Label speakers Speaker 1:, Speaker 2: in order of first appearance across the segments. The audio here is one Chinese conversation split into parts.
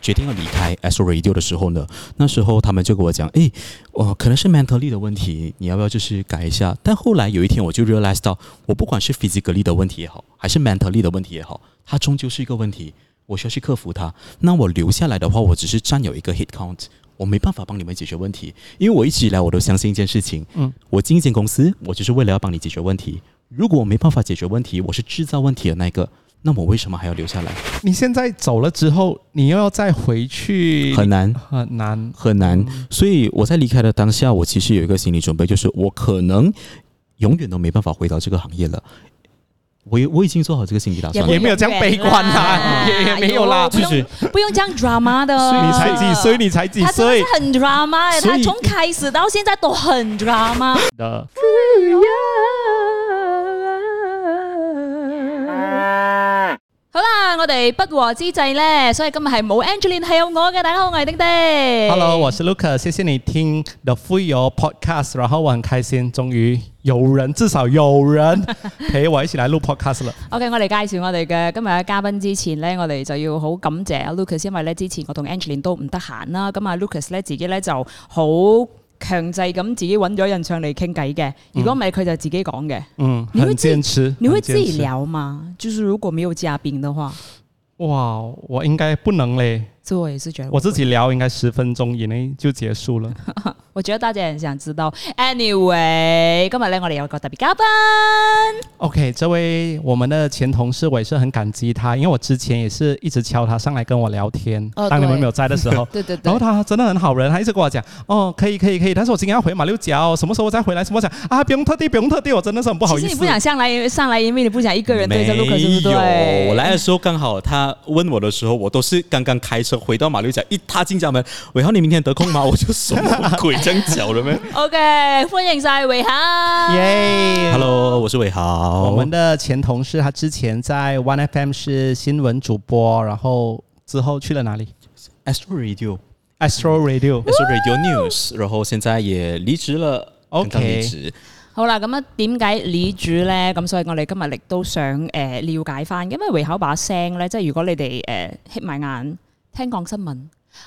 Speaker 1: 决定要离开 a s o Radio 的时候呢，那时候他们就跟我讲，诶，哦，可能是 mentally 的问题，你要不要就是改一下？但后来有一天我就 realize 到，我不管是 physically 的问题也好，还是 mentally 的问题也好，它终究是一个问题，我需要去克服它。那我留下来的话，我只是占有一个 hit count。我没办法帮你们解决问题，因为我一直以来我都相信一件事情，
Speaker 2: 嗯，
Speaker 1: 我进一间公司，我就是为了要帮你解决问题。如果我没办法解决问题，我是制造问题的那一个，那么我为什么还要留下来？
Speaker 2: 你现在走了之后，你又要再回去，
Speaker 1: 很难，
Speaker 2: 很难。
Speaker 1: 很难。
Speaker 2: 嗯
Speaker 1: 所以我在离开的当下，我其实有一个心理准备，就是我可能永远都没办法回到这个行业了。我也我已经做好这个心理打算
Speaker 2: 也
Speaker 1: 了。
Speaker 2: 没有这样悲观
Speaker 3: 哎
Speaker 2: 啦也也没有啦
Speaker 3: 不
Speaker 1: 就是
Speaker 3: 用不用这样 drama 的。
Speaker 2: 所以你才几岁？你才几
Speaker 3: 他真的
Speaker 2: 岁
Speaker 3: 呃是很 drama，欸
Speaker 2: 所
Speaker 3: 他
Speaker 2: 以
Speaker 3: 从开始到现在都很 drama。
Speaker 2: 的？哎
Speaker 3: 好啦，我哋不和之際咧，所以今日係冇 Angeline 係有我嘅，大家好，我係丁丁。
Speaker 2: Hello，我是 Luca，谢谢你听 The f u y o Podcast，然后我很开心，终于有人，至少有 人陪我一起来录 Podcast 了。
Speaker 3: OK，我哋介紹我哋嘅今日嘅嘉賓之前咧，我哋就要好感謝阿 Lucas，因為咧之前我同 Angeline 都唔得閒啦，咁啊 Lucas 咧自己咧就好強制咁自己揾咗人上嚟傾偈嘅，如果唔係佢就自己講嘅。
Speaker 2: 嗯，
Speaker 3: 你会
Speaker 2: 很
Speaker 3: 自己
Speaker 2: 坚持，
Speaker 3: 你
Speaker 2: 很
Speaker 3: 會自
Speaker 2: 坚
Speaker 3: 己
Speaker 2: 持？
Speaker 3: 聊嗎？就是如果沒有嘉賓的話，
Speaker 2: 哇，我应该不能嘞，
Speaker 3: 所以我也是覺得
Speaker 2: 我自
Speaker 3: 會
Speaker 2: 己聊应该十分钟以内就结束了。
Speaker 3: 我覺得大家很想知道。Anyway，今日咧我哋有個特別嘉賓，
Speaker 2: OK，这位我们的前同事，我也是很感激他，因为我之前也是一直敲他上来跟我聊天，
Speaker 3: 哦
Speaker 2: 当你们
Speaker 3: 对。
Speaker 2: 没有在的时候
Speaker 3: 对 对
Speaker 2: 然后他真的很好人，他一直跟我讲，哦，可以可以可以，但是我今天要回马六甲哦，什么时候再回来？什么时候讲啊？不用特地，不用特地，我真的是很不好意
Speaker 3: 其
Speaker 2: 思。
Speaker 3: 实你 不想上来上来，因为你不想一个人对着
Speaker 1: 没
Speaker 3: Lucas，对不
Speaker 1: 有，
Speaker 3: 对？
Speaker 1: 我来的时候刚好他问我的时候，我都是刚刚开车回到马六甲，一踏进家门，伟浩你明天得空吗？我就什么鬼这样讲了咩
Speaker 3: OK，歡迎晒維哈。
Speaker 2: 耶
Speaker 1: ？Hello，我是伟豪。
Speaker 2: 我们的前同事，他之前在 One FM 是新闻主播，然后之后去了哪里
Speaker 1: Astro Radio，Astro
Speaker 2: ？Astro Radio。
Speaker 1: Radio News，然后现在也离职了。
Speaker 2: OK
Speaker 1: 刚刚离职，
Speaker 3: 好啦，咁啊，點解李主咧？咁所以我哋今日亦都想誒、呃了解翻，因為維口把聲咧，即係如果你哋誒 hit 埋眼聽講新聞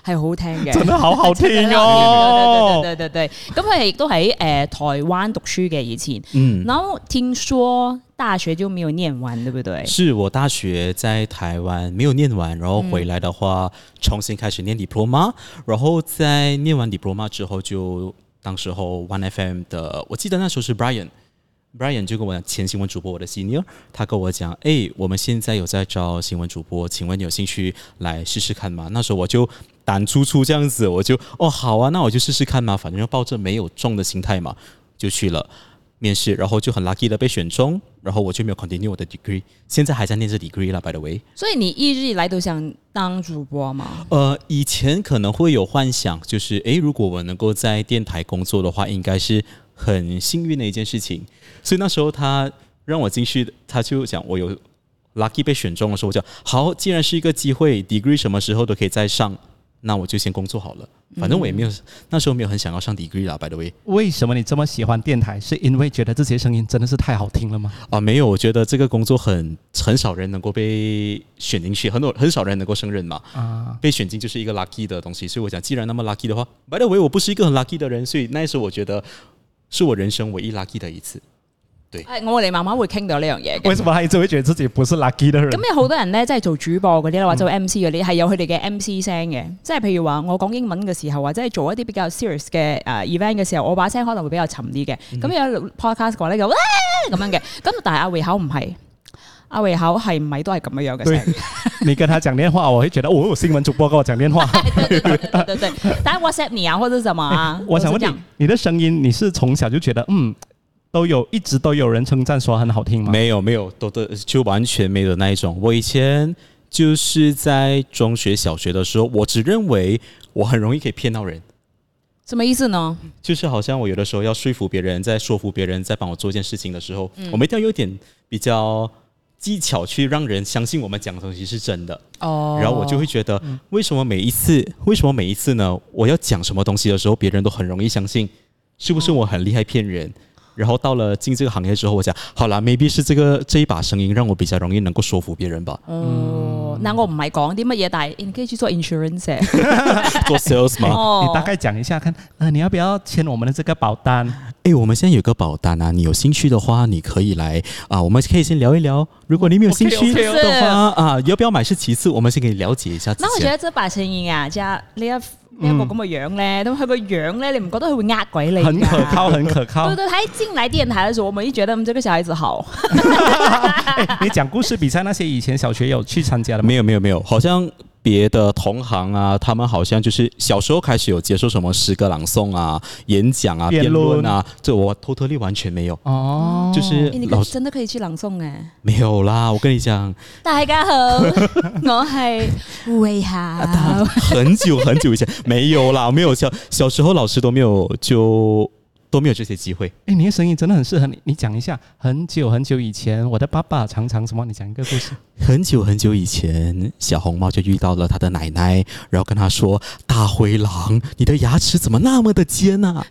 Speaker 3: 係好聽嘅，
Speaker 2: 真的好 好聽哦
Speaker 3: 對對對對對對啊咁佢亦都喺誒呃台灣讀書嘅以前，
Speaker 1: 嗯，
Speaker 3: 然後聽說大學就沒有念完，對不對？
Speaker 1: 是我大学在台湾没有念完，然后回来的话、重新开始念 diploma，然后在念完 diploma 之后就，当时候 One FM 的，我记得那时候是 Brian。Brian 就跟我讲，前新闻主播我的 senior，他跟我讲，哎，我们现在有在招新闻主播，请问你有兴趣来试试看吗？那时候我就胆粗粗这样子，我就哦好啊，那我就试试看嘛，反正就抱着没有中的心态嘛，就去了面试，然后就很 lucky 的被选中，然后我就没有 continue 我的 degree，现在还在念这 degree 啦，by the way。
Speaker 3: 所以你一直以来都想當主播嘛？
Speaker 1: 呃，以前可能会有幻想，就是诶，如果我能够在电台工作的话，应该是很幸运的一件事情。所以那时候他让我进去，他就讲我有 lucky 被选中的时候，我就好，既然是一个机会，degree 什么时候都可以再上，那我就先工作好了。反正我也没有、那时候没有很想要上 degree 啦，by the way
Speaker 2: 为什么你这么喜欢电台？是因为觉得自己的声音真的是太好听了吗？
Speaker 1: 啊，没有，我觉得这个工作很很少人能够被选进去，很多很少人能够胜任嘛。
Speaker 2: 啊，
Speaker 1: 被选进就是一个 lucky 的东西，所以我讲，既然那么 lucky 的话，by the way，我不是一个很 lucky 的人，所以那时候我觉得是我人生唯一 lucky 的一次。
Speaker 3: 誒，我哋慢慢會傾到呢樣嘢嘅
Speaker 2: 为。什么他一直会觉得自己不是 lucky 的人？
Speaker 3: 咁有好多人咧，即係做主播嗰啲啦，或者做 MC 嗰啲，係有佢哋嘅 MC 聲嘅。即係譬如話，我講英文嘅時候，或者係做一啲比較 serious 嘅誒呃 event 嘅時候，我把聲可能會比較沉啲嘅。咁有 podcast 嘅話咧，就哇咁樣嘅。咁但係阿維口唔係，阿維口係唔係都係咁樣樣嘅
Speaker 2: 对
Speaker 3: 聲？，
Speaker 2: 你跟他讲电话，我会觉得哦，新闻主播跟我讲电话。
Speaker 3: 對 對對對對。但係 WhatsApp 你啊，或者什麼啊？
Speaker 2: 我想问
Speaker 3: 都是
Speaker 2: 你
Speaker 3: 這樣，
Speaker 2: 你的声音，你是从小就觉得嗯，都有一直都有人称赞说很好听吗？
Speaker 1: 没有没有，都都就完全没有那一种。我以前就是在中学、小学的时候，我只认为我很容易可以骗到人，
Speaker 3: 什麼意思呢？
Speaker 1: 就是好像我有的时候要说服别人，在说服别人在帮我做一件事情的时候，我们一定要有点比较技巧去让人相信我们讲的东西是真的。
Speaker 3: 哦，
Speaker 1: 然后我就会觉得，为什么每一次，为什么每一次呢？我要讲什么东西的时候，别人都很容易相信，是不是我很厉害骗人？然后到了进这个行业之后，我想好了，maybe 是这个这一把声音让我比较容易能够说服别人吧。
Speaker 3: 哦，嗱，我唔係講啲乜嘢，但係 in case 做 insurance 嘅，
Speaker 1: 做 sales 嘛，
Speaker 3: 哦
Speaker 2: 你大概讲一下看，呃，你要不要签我们的这个保单？
Speaker 1: 诶，哎我们现在有个保单啊，你有兴趣的话，你可以来啊，我们可以先聊一聊。如果你没有兴趣
Speaker 3: OK，OK，OK
Speaker 1: 的话啊，要不要买是其次，我们先可以了解一下之
Speaker 3: 嗱，我覺
Speaker 1: 前。
Speaker 3: 得即係白千燕啊，即係呢一呢一個咁嘅樣咧，咁佢個樣咧，你唔覺得佢會呃鬼你㗎？
Speaker 2: 很可靠，很可靠
Speaker 3: 对。对，他一进来电台的时候，我们一觉得我们这个小孩 子好，
Speaker 2: 哎，你讲故事比赛那些以前小学有去参加的吗？
Speaker 1: 没有没有没有，好像别的同行啊，他们好像就是小时候开始有接受什么诗歌朗诵啊、演讲啊、
Speaker 2: 辩
Speaker 1: 辩
Speaker 2: 论
Speaker 1: 论啊，这我 totally 完全没有，
Speaker 2: 哦，
Speaker 1: 就是
Speaker 3: 欸你
Speaker 1: 老
Speaker 3: 可
Speaker 1: 师
Speaker 3: 真的可以去朗诵哎！
Speaker 1: 没有啦。我跟你讲，
Speaker 3: 大家好，我系胡慧
Speaker 2: 啊
Speaker 3: 霞，
Speaker 1: 很久很久以前没有啦，没有小小时候老师都没有就都没有这些机会。
Speaker 2: 哎，你的声音真的很适合你。你讲一下，很久很久以前，我的爸爸常常什么？你讲一个故事。
Speaker 1: 很久很久以前，小红帽就遇到了她的奶奶，然后跟她说：“大灰狼，你的牙齿怎么那么的尖啊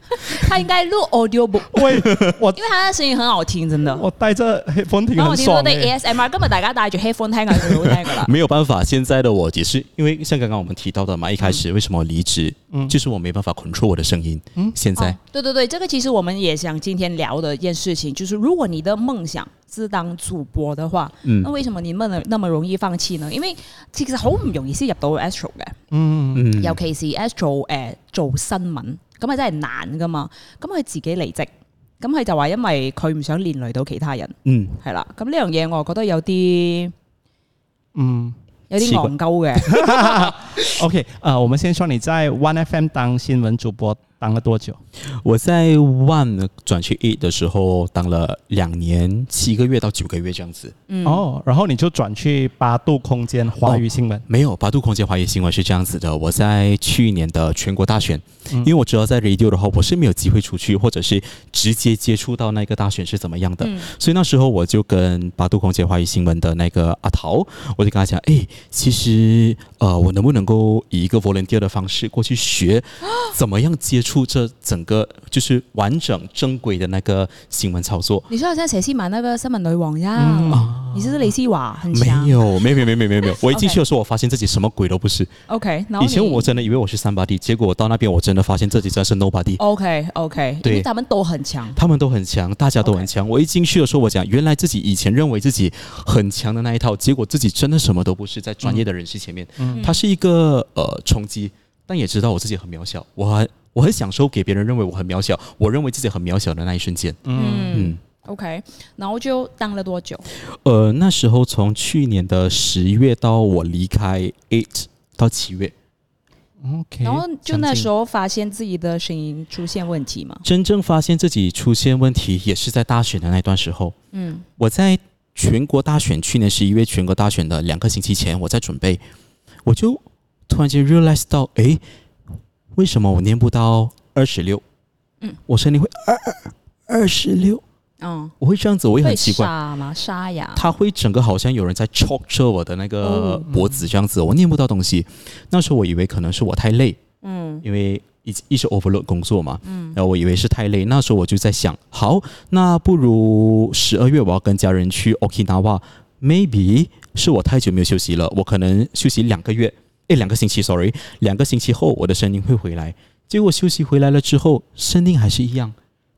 Speaker 3: 他应该录 audio book，
Speaker 2: 喂，我
Speaker 3: 因为他的声音很好听，真哦的。
Speaker 2: 我戴着 headphone 听
Speaker 3: 然后
Speaker 2: 很
Speaker 3: 我听到
Speaker 2: 爽
Speaker 3: 的
Speaker 2: 欸
Speaker 3: ASMR，根本大家戴住 headphone 聽緊佢好 聽噶 啦？”。
Speaker 1: 没有办法，现在的我也是因为像刚刚我们提到的嘛，一开始为什么离职，
Speaker 2: 嗯
Speaker 1: 就是我没办法 control 我的声音。现在、
Speaker 3: 哦对对对，这个其实我们也想今天聊的一件事情，就是如果你的梦想是当主播的话，
Speaker 1: 嗯
Speaker 3: 那为什么你们那么容易放棄呢？因為其實好唔容易先入到 Astro 嘅。
Speaker 2: 嗯，
Speaker 1: 嗯，
Speaker 3: 尤其是 S 做誒、呃做新聞，咁啊係真係難噶嘛。咁佢自己離職，咁佢就話因為佢唔想連累到其他人，
Speaker 1: 嗯，
Speaker 3: 係啦。咁呢樣嘢我覺得有啲
Speaker 2: 嗯
Speaker 3: 有啲
Speaker 1: 奇怪
Speaker 3: 戇鳩 嘅。
Speaker 2: ，OK，呃，我们先说你在 One FM 当新闻主播当了多久？
Speaker 1: 我在 One 转去 E 的时候，当了两年七个月到九个月这样子。
Speaker 3: 嗯，
Speaker 2: 哦，然后你就转去八度空间华语新闻。
Speaker 1: 没有，八度空间华语新闻是这样子的。我在去年的全国大选，
Speaker 2: 嗯
Speaker 1: 因为我知道在 radio 的话，我是没有机会出去，或者是直接接触到那个大选是怎么样的。
Speaker 3: 嗯
Speaker 1: 所以那时候我就跟八度空间华语新闻的那个阿桃，我就跟他讲，哎，其实呃，我能不能够以一个 volunteer 的方式过去学，怎么样接触这整个就是完整正规的那个新闻操作？
Speaker 3: 你知道現在佘詩曼那個新聞女王呀？你知道李思華很
Speaker 1: 没嗯
Speaker 3: 強
Speaker 1: 啊有，没有，没有，没有，没有， 没有。我一进去的时候，我发现自己什么鬼都不是。
Speaker 3: ？OK，然後
Speaker 1: 以
Speaker 3: 你
Speaker 1: 前我真的以为我是 somebody，结果我到那边我真的发现自己真的是 nobody。
Speaker 3: OK OK，因
Speaker 1: 對
Speaker 3: 為他們都很強。
Speaker 1: 他们都很强，大家都很强。我一进去的时候，我讲原来自己以前认为自己很强的那一套，结果自己真的什么都不是，在专业的人士前面，
Speaker 2: 嗯
Speaker 1: 它是一个呃冲击，但也知道我自己很渺小。我很我很享受给别人认为我很渺小，我认为自己很渺小的那一瞬间。
Speaker 3: 嗯
Speaker 1: 嗯，
Speaker 3: ，OK，然後就當了多久？
Speaker 1: 呃，那时候从去年的十月到我离开 eight 到七月，
Speaker 2: OK，
Speaker 3: 哦然後就那时
Speaker 2: 候，
Speaker 3: 候發現自己的聲音出現問題嘛。
Speaker 1: 真正发现自己出现问题，也是在大选的那段时候。
Speaker 3: 嗯
Speaker 1: 我在全国大选，去年十一月全国大选的两个星期前，我在准备，我就突然间 realize 到，诶，为什么我念不到二十六？
Speaker 3: 嗯，
Speaker 1: 我声音会二二二十六，
Speaker 3: 嗯，
Speaker 1: 我会这样子，我也很
Speaker 3: 會
Speaker 1: 奇怪。
Speaker 3: 沙嘛，沙哑。
Speaker 1: 它会整个好像有人在 choke 着我的那个
Speaker 3: 哦
Speaker 1: 脖子这样子，我念不到东西。那时候我以为可能是我太累，
Speaker 3: 嗯
Speaker 1: 因为一一直 overload 工作嘛，嗯，然后我以为是太累，那时候我就在想，好，那不如十二月我要跟家人去 Okinawa，maybe 是我太久没有休息了，我可能休息两个月，诶，两个星期，sorry，两个星期后我的声音会回来。结果休息回来了之后，声音还是一样。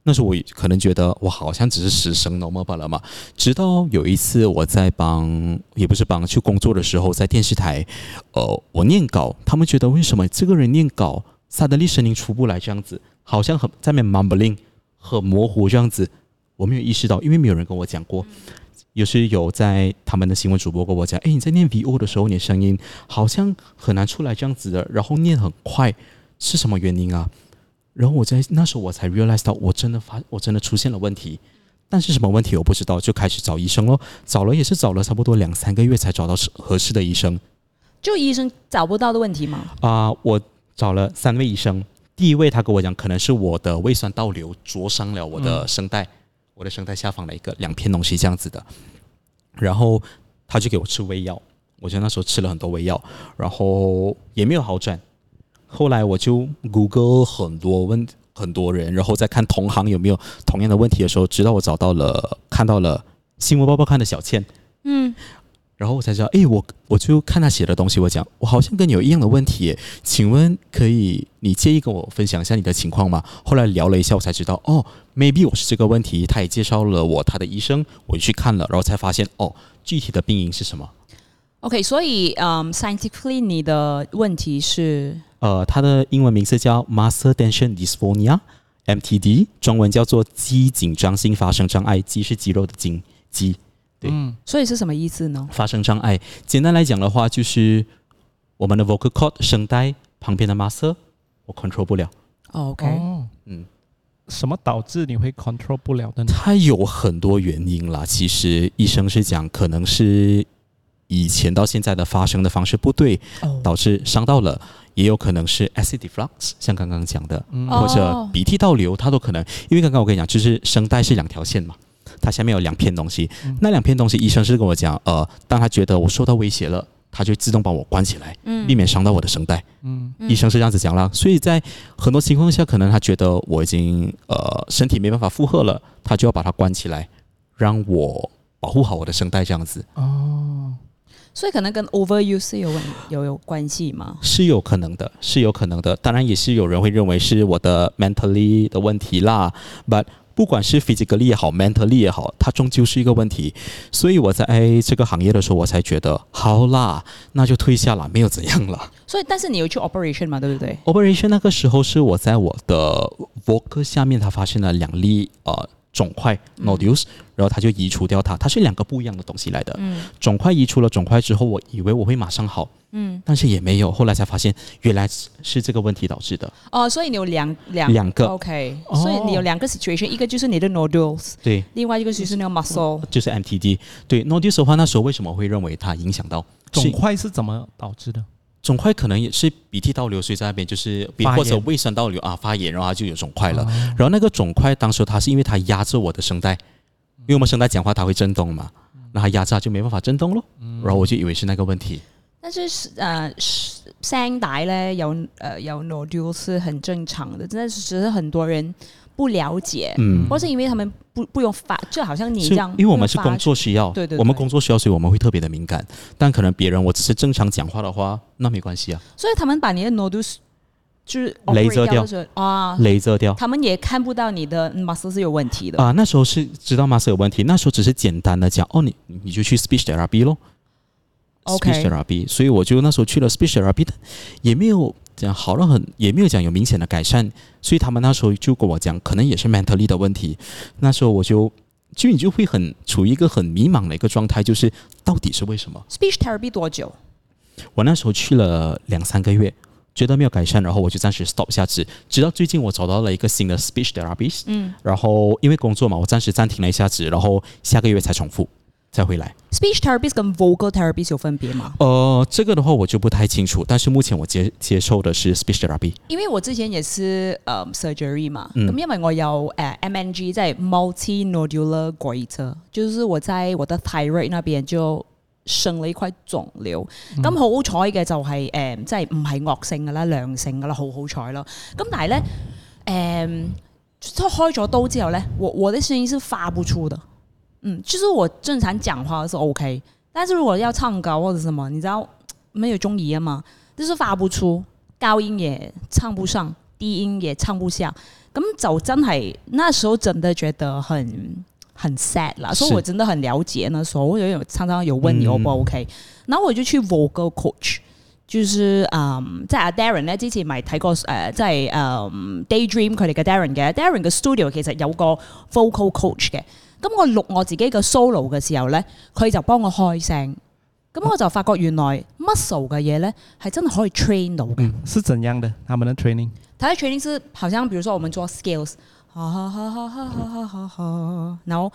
Speaker 1: 那时候我可能觉得我好像只是十声 normal 罢了嘛。直到有一次我在帮，也不是帮，去工作的时候，在电视台，呃，我念稿，他们觉得为什么这个人念稿，萨德利声音出不来这样子，好像很在面 mumbling，很模糊这样子，我没有意识到，因为没有人跟我讲过。也是有在他们的新闻主播跟我讲，哎诶，你在念 VO 的时候，你的声音好像很难出来这样子的，然后念很快，是什么原因啊？然后我在那时候我才 realize 到，我真的发，我真的出现了问题，但是什么问题我不知道，就开始找医生咯。找了也是找了差不多两三个月才找到适合适的医生。
Speaker 3: 就医生找不到的问题嘛。
Speaker 1: 啊、我找了三位医生，第一位他跟我讲，可能是我的胃酸倒流灼伤了我的声带，我的声带下方的一个两片东西这样子的，然后他就给我吃胃药，我觉得那时候吃了很多胃药，然后也没有好转。后来我就 Google 很多问很多人，然后再看同行有没有同样的问题的时候，直到我找到了看到了新闻报报看的小倩，
Speaker 3: 嗯，
Speaker 1: 然后我才知道，诶，我我就看她写的东西，我讲我好像跟你有一样的问题耶，请问可以你介意跟我分享一下你的情况吗？后来聊了一下，我才知道，哦，maybe 我是这个问题，她也介绍了我她的医生，我就去看了，然后才发现，哦，具体的病因是什么？
Speaker 3: OK，所以嗯、s c i e n t i f i c a l l y 你的问题是
Speaker 1: 呃，它的英文名字叫 Muscle Tension Dysphonia (MTD)，中文叫做肌紧张性发生障碍。肌是肌肉的筋，肌对
Speaker 2: 嗯
Speaker 3: 所以是什么意思呢？
Speaker 1: 发生障碍。简单来讲的话，就是我们的 vocal cord 声带旁边的 muscle 我 control 不了。
Speaker 3: 哦 OK，
Speaker 2: 哦，
Speaker 1: 嗯，
Speaker 2: 什么导致你会 control 不了的呢？
Speaker 1: 它有很多原因啦。其实医生是讲，可能是以前到现在的发生的方式不对，
Speaker 3: 哦
Speaker 1: 导致伤到了，也有可能是 acid reflux，像刚刚讲的，
Speaker 2: 嗯
Speaker 3: 哦
Speaker 1: 或者鼻涕倒流，它都可能。因为刚刚我跟你讲，就是声带是两条线嘛，它下面有两片东西，
Speaker 3: 嗯
Speaker 1: 那两片东西医生是跟我讲，呃，当他觉得我受到威胁了，他就自动帮我关起来，
Speaker 3: 嗯
Speaker 1: 避免伤到我的声带。
Speaker 2: 嗯
Speaker 1: 医生是这样子讲啦，所以在很多情况下，可能他觉得我已经呃身体没办法负荷了，他就要把它关起来，让我保护好我的声带，这样子
Speaker 2: 哦，
Speaker 3: 所以可能跟 overuse 有问有有关系吗？
Speaker 1: 是有可能的，是有可能的。当然，也是有人会认为是我的 mentally 的问题啦，but 不管是 physically 也好，mentally 也好，它终究是一个问题。所以我在这个行业的时候，我才觉得好啦，那就退下啦，没有怎样啦。
Speaker 3: 所以但是你有去 operation 嘛，对不对？
Speaker 1: Operation 那个时候是我在我的 vocal 下面，它发现了两粒呃肿块
Speaker 3: 嗯
Speaker 1: nodules，、然后它就移除掉它，它是两个不一样的东西来的。
Speaker 3: 嗯
Speaker 1: 肿块移除了肿块之后，我以为我会马上好，
Speaker 3: 嗯，
Speaker 1: 但是也没有，后来才发现原来是是这个问题导致的。
Speaker 3: 哦，所以你有两两
Speaker 1: 两个
Speaker 3: OK，、
Speaker 1: 哦
Speaker 3: 所以你有两个 situation，一个就是你的 nodules，
Speaker 1: 对，
Speaker 3: 另外一个就是那个 muscle。
Speaker 1: 就是 MTD。对 nodules 的话，那时候为什么会认为它影响到
Speaker 2: 肿
Speaker 1: 是
Speaker 2: 块是怎么导致的？
Speaker 1: 肿块可能也是鼻涕倒流，所以在那边就是鼻
Speaker 2: 发炎
Speaker 1: 或者胃酸倒流啊发炎，然后它就有肿块了。
Speaker 2: 哦
Speaker 1: 然后那个肿块，当时它是因为它压着我的声带，因为我们声带讲话它会震动嘛，那它压着它就没办法震动咯。然后我就以为是那个问题，
Speaker 3: 但是呃，声声带咧有呃有 nodule 是很正常的，但是只是很多人不了解，
Speaker 1: 嗯，
Speaker 3: 或是因为他们不不用发，就好像你
Speaker 1: 是
Speaker 3: 这样，
Speaker 1: 因为我们是
Speaker 3: 不用
Speaker 1: 工
Speaker 3: 发
Speaker 1: 作需要，
Speaker 3: 对对对
Speaker 1: 我们工作需要，所以我们会特别的敏感。但可能别人我只是正常讲话的话，那没关系啊，
Speaker 3: 所以他们把你的 nodule 就是
Speaker 1: 雷遮
Speaker 3: operate
Speaker 1: 掉
Speaker 3: 的时候啊，
Speaker 1: 雷遮掉。
Speaker 3: 他们也看不到你的 muscle 是有问题的。
Speaker 1: 啊、那时候是知道 m a s 有问题，那时候只是简单的讲，哦，你你就去 speech therapy 咯
Speaker 3: OK
Speaker 1: speech therapy，所以我就那时候去了 speech therapy，但也没有讲好了很，也没有讲有明显的改善，所以他们那时候就跟我讲，可能也是 mentally 的问题。那时候我就就你就会很处于一个很迷茫的一个状态，就是到底是为什么？
Speaker 3: Speech therapy 多久？
Speaker 1: 我那时候去了两三个月，觉得没有改善，然后我就暂时 stop 下子，直到最近我找到了一个新的 speech therapist，
Speaker 3: 嗯
Speaker 1: 然后因为工作嘛，我暂时暂停了一下子，然后下个月才重复再回来。
Speaker 3: ，speech therapy 跟 vocal therapy 有分别吗？
Speaker 1: 呃，这个的话我就不太清楚，但是目前我接接受的是 speech therapy。
Speaker 3: 因為我之前也是誒、嗯 surgery 嘛，咁、
Speaker 1: 嗯
Speaker 3: 因為我有誒、呃 MNG，即係 multinodular goiter，就是我在我的 thyroid 那邊就生了一塊腫瘤。咁好彩嘅就係、呃即係唔係惡性嘅啦，良性嘅啦，好好彩咯。咁但係咧誒，即係開咗刀之後咧，我我的聲音是發不出的。嗯，就是我正常講話是 OK，但是如果要唱歌或者什麼，你知道沒有中醫啊嘛，就是發不出。高音也唱不上，低音也唱不下，咁就真係那時候真的覺得很很 sad 啦，
Speaker 1: 是
Speaker 3: 所以我真的很了解那時候，我有常常有問你
Speaker 1: 嗯
Speaker 3: O 不 OK，、然後我就去 vocal coach。就是嗯，即係阿 Darren 咧，之前咪睇過誒、呃即係誒、嗯 Daydream 佢哋嘅 Darren 嘅，Darren 嘅 studio 其實有個 vocal coach 嘅。咁我錄我自己嘅 solo 嘅時候咧，佢就幫我開聲。咁我就發覺原來 muscle 嘅嘢咧係真係可以 train 到嘅。
Speaker 2: 嗯，是怎样的？他们的 training
Speaker 3: 他的 training 是好像比如说我们做 skills，哈哈哈哈哈哈哈哈，然后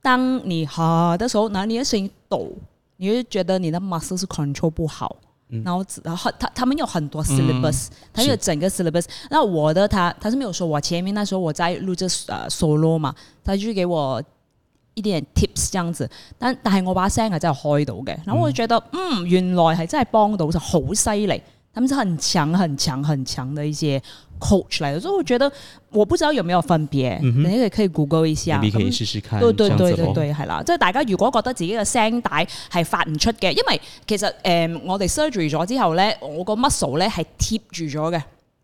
Speaker 3: 当你哈的时候，然后你的声音抖，你就觉得你的 muscle 是 control 不好。
Speaker 1: 嗯
Speaker 3: 然后只，然后他他们有很多 syllabus，、他有整个 syllabus。那我的他他是没有说，我前面那时候我在录这呃 solo 嘛，他就给我一点 tips 这样子。但但係我把聲係真係開到嘅，然後我就覺得嗯原來係真係幫到就好犀利。他们是很强、很强、很强的一些 coach 来的，所以我觉得我不知道有没有分别，
Speaker 1: 嗯哼
Speaker 3: 你也可以 Google 一下。
Speaker 1: 你可以
Speaker 3: 咁
Speaker 1: 試試看，
Speaker 3: 對對對
Speaker 1: 這樣
Speaker 3: 對
Speaker 1: 子咯
Speaker 3: 對，係啦，即係大家如果覺得自己嘅聲帶係發唔出嘅，因為其實誒、嗯我哋 surgery 咗之後咧，我個 muscle 咧係貼住咗嘅。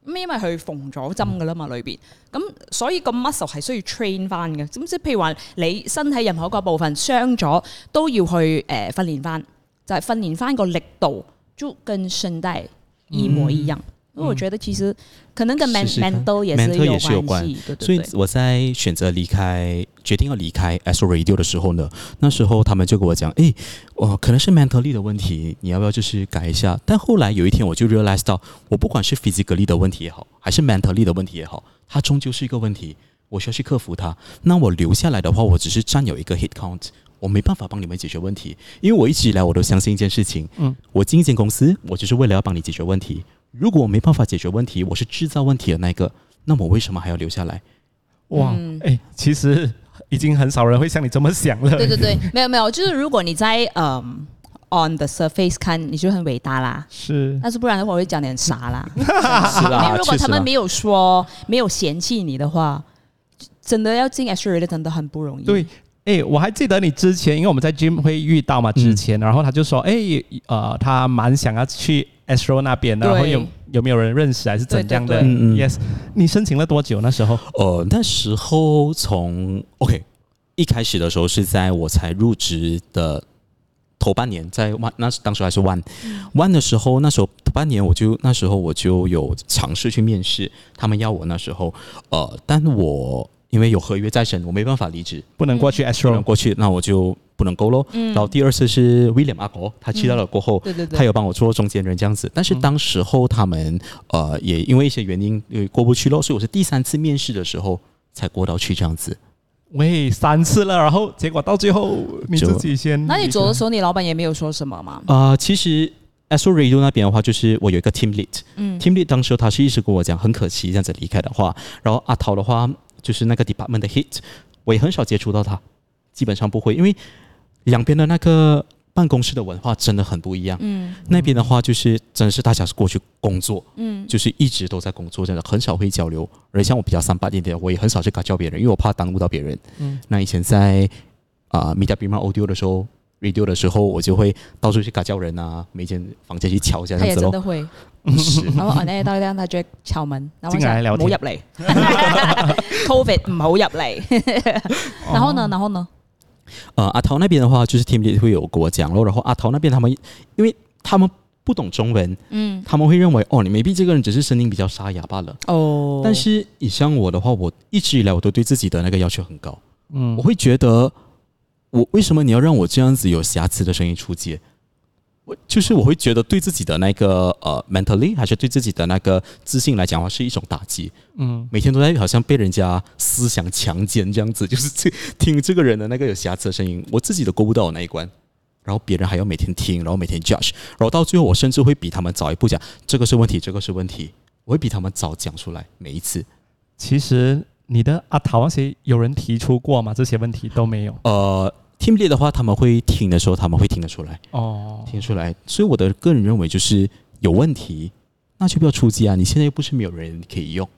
Speaker 3: 咁因為佢縫咗針噶啦嘛，裏邊咁所以個 muscle 係需要 train 翻嘅。咁即係譬如話你身體任何一個部分傷咗，都要去誒、呃、訓練翻，就係、訓練翻個力度，就跟聲帶一模一樣。因為我覺得其實可能跟 m e
Speaker 1: 試試
Speaker 3: n
Speaker 1: 看
Speaker 3: mental 也是
Speaker 1: mental
Speaker 3: 有
Speaker 1: 也是有
Speaker 3: 關
Speaker 1: 關
Speaker 3: 係，對對對。
Speaker 1: 所以我在选择离开，决定要离开 S Radio 的时候呢，那时候他们就跟我讲，诶，哦、可能是 mental 力的问题，你要不要就是改一下？但后来有一天我就 realize 到，我不管是 physical 力的问题也好，还是 mental 力的问题也好，它终究是一个问题，我需要去克服它。那我留下来的话，我只是占有一个 hit count。我没办法帮你们解决问题，因为我一直以来我都相信一件事情，嗯，我进一间公司，我就是为了要帮你解决问题。如果我没办法解决问题，我是制造问题的那一个，那么我为什么还要留下来？
Speaker 3: 嗯
Speaker 2: 哇，哎、其实已经很少人会像你这么 想了。
Speaker 3: 对对对，没有没有，就是如果你在嗯 on the surface 看，你就很伟大啦。
Speaker 2: 是，
Speaker 3: 但是不然的话，我会讲点 傻啦。
Speaker 1: 是
Speaker 3: 因
Speaker 1: 啦，
Speaker 3: 为如果
Speaker 1: 啊确实
Speaker 3: 他
Speaker 1: 啦
Speaker 3: 们没有说没有嫌弃你的话，真的要进 S r a 真的很不容易。
Speaker 2: 对，哎、我还记得你之前，因为我们在 gym 会遇到嘛，之
Speaker 1: 嗯
Speaker 2: 前，然后他就说，哎、呃，他蛮想要去 Astro 那边的，
Speaker 3: 对
Speaker 2: 然后有有没有人认识还是怎样的
Speaker 3: 对对
Speaker 1: 对嗯嗯
Speaker 2: y e s 你申请了多久那时候？
Speaker 1: 呃，那时候从 OK 一开始的时候是在我才入职的头半年，在 One 那当时还是 One
Speaker 3: 嗯
Speaker 1: One 的时候，那时候头半年我就那时候我就有尝试去面试，他们要我那时候呃，但我因为有合约在身，我没办法离职，
Speaker 2: 不能过去
Speaker 1: 不能
Speaker 2: Astro，
Speaker 1: 过去，那我就不能够喽。
Speaker 3: 嗯
Speaker 1: 然后第二次是 William 阿婆，他去到了过后，
Speaker 3: 对对对
Speaker 1: 他有帮我做中间人这样子，但是当时候他们呃也因为一些原因呃过不去咯，所以我是第三次面试的时候才过到去这样子。
Speaker 2: 喂，三次了，然后结果到最后你
Speaker 1: 就
Speaker 2: 自己先，
Speaker 3: 那你走的时候，你老板也没有说什么嘛？
Speaker 1: 啊、其实 s o Radio 那边的话，就是我有一个 Team Lead，
Speaker 3: 嗯
Speaker 1: Team Lead 当时他是一直跟我讲，很可惜这样子离开的话，然后阿涛的话就是那个 Department 的 Hit，我也很少接触到他，基本上不会，因为两边的那个办公室的文化真的很不一样。
Speaker 3: 嗯
Speaker 1: 那边的话，就是真的是大家是过去工作，
Speaker 3: 嗯，
Speaker 1: 就是一直都在工作，真的很少会交流。而像我比较三八一点，我也很少去搞教别人，因为我怕耽误到别人。
Speaker 2: 嗯
Speaker 1: 那以前在啊 Media b i m a Audio 的时候，Radio 的时候，我就会到处去搞教人啊，每间房间去敲一下
Speaker 3: 他
Speaker 1: 这
Speaker 3: 也
Speaker 1: 样子
Speaker 3: 哎真
Speaker 1: 咯。
Speaker 3: 的会。哦
Speaker 1: 是
Speaker 3: 然後我咧當當他就敲門，然後我
Speaker 2: 進來
Speaker 3: 想
Speaker 2: 聊
Speaker 3: 唔好
Speaker 2: 天
Speaker 3: 入嚟，Covid 唔好入嚟。 然後呢，
Speaker 1: 哦
Speaker 3: 然後呢，
Speaker 1: 呃，阿桃那边的话，就是 Team Lead 会有跟我讲咯，然后阿桃那边他们，因为他们不懂中文，
Speaker 3: 嗯，
Speaker 1: 他们会认为哦，你 maybe 这个人只是声音比较沙哑罢了。
Speaker 3: 哦，
Speaker 1: 但是你像我的话，我一直以来我都对自己的那个要求很高。
Speaker 2: 嗯
Speaker 1: 我会觉得，我为什么你要让我这样子有瑕疵的声音出街？我就是我会觉得对自己的那个呃 mentally 还是对自己的那个自信来讲的话是一种打击。
Speaker 2: 嗯，
Speaker 1: 每天都在好像被人家思想强奸这样子，就是这听这个人的那个有瑕疵的声音，我自己都过不到我那一关。然后别人还要每天听，然后每天 judge，然后到最后我甚至会比他们早一步讲这个是问题，这个是问题，我会比他们早讲出来每一次。
Speaker 2: 其实你的阿桃那些有人提出过吗？这些问题都没有
Speaker 1: 呃，team lead 的话，他们会听的时候，他们会听得出来。
Speaker 2: 哦，
Speaker 1: 听出来。所以我的个人认为就是有问题，那就不要出击啊！你现在又不是没有人可以用。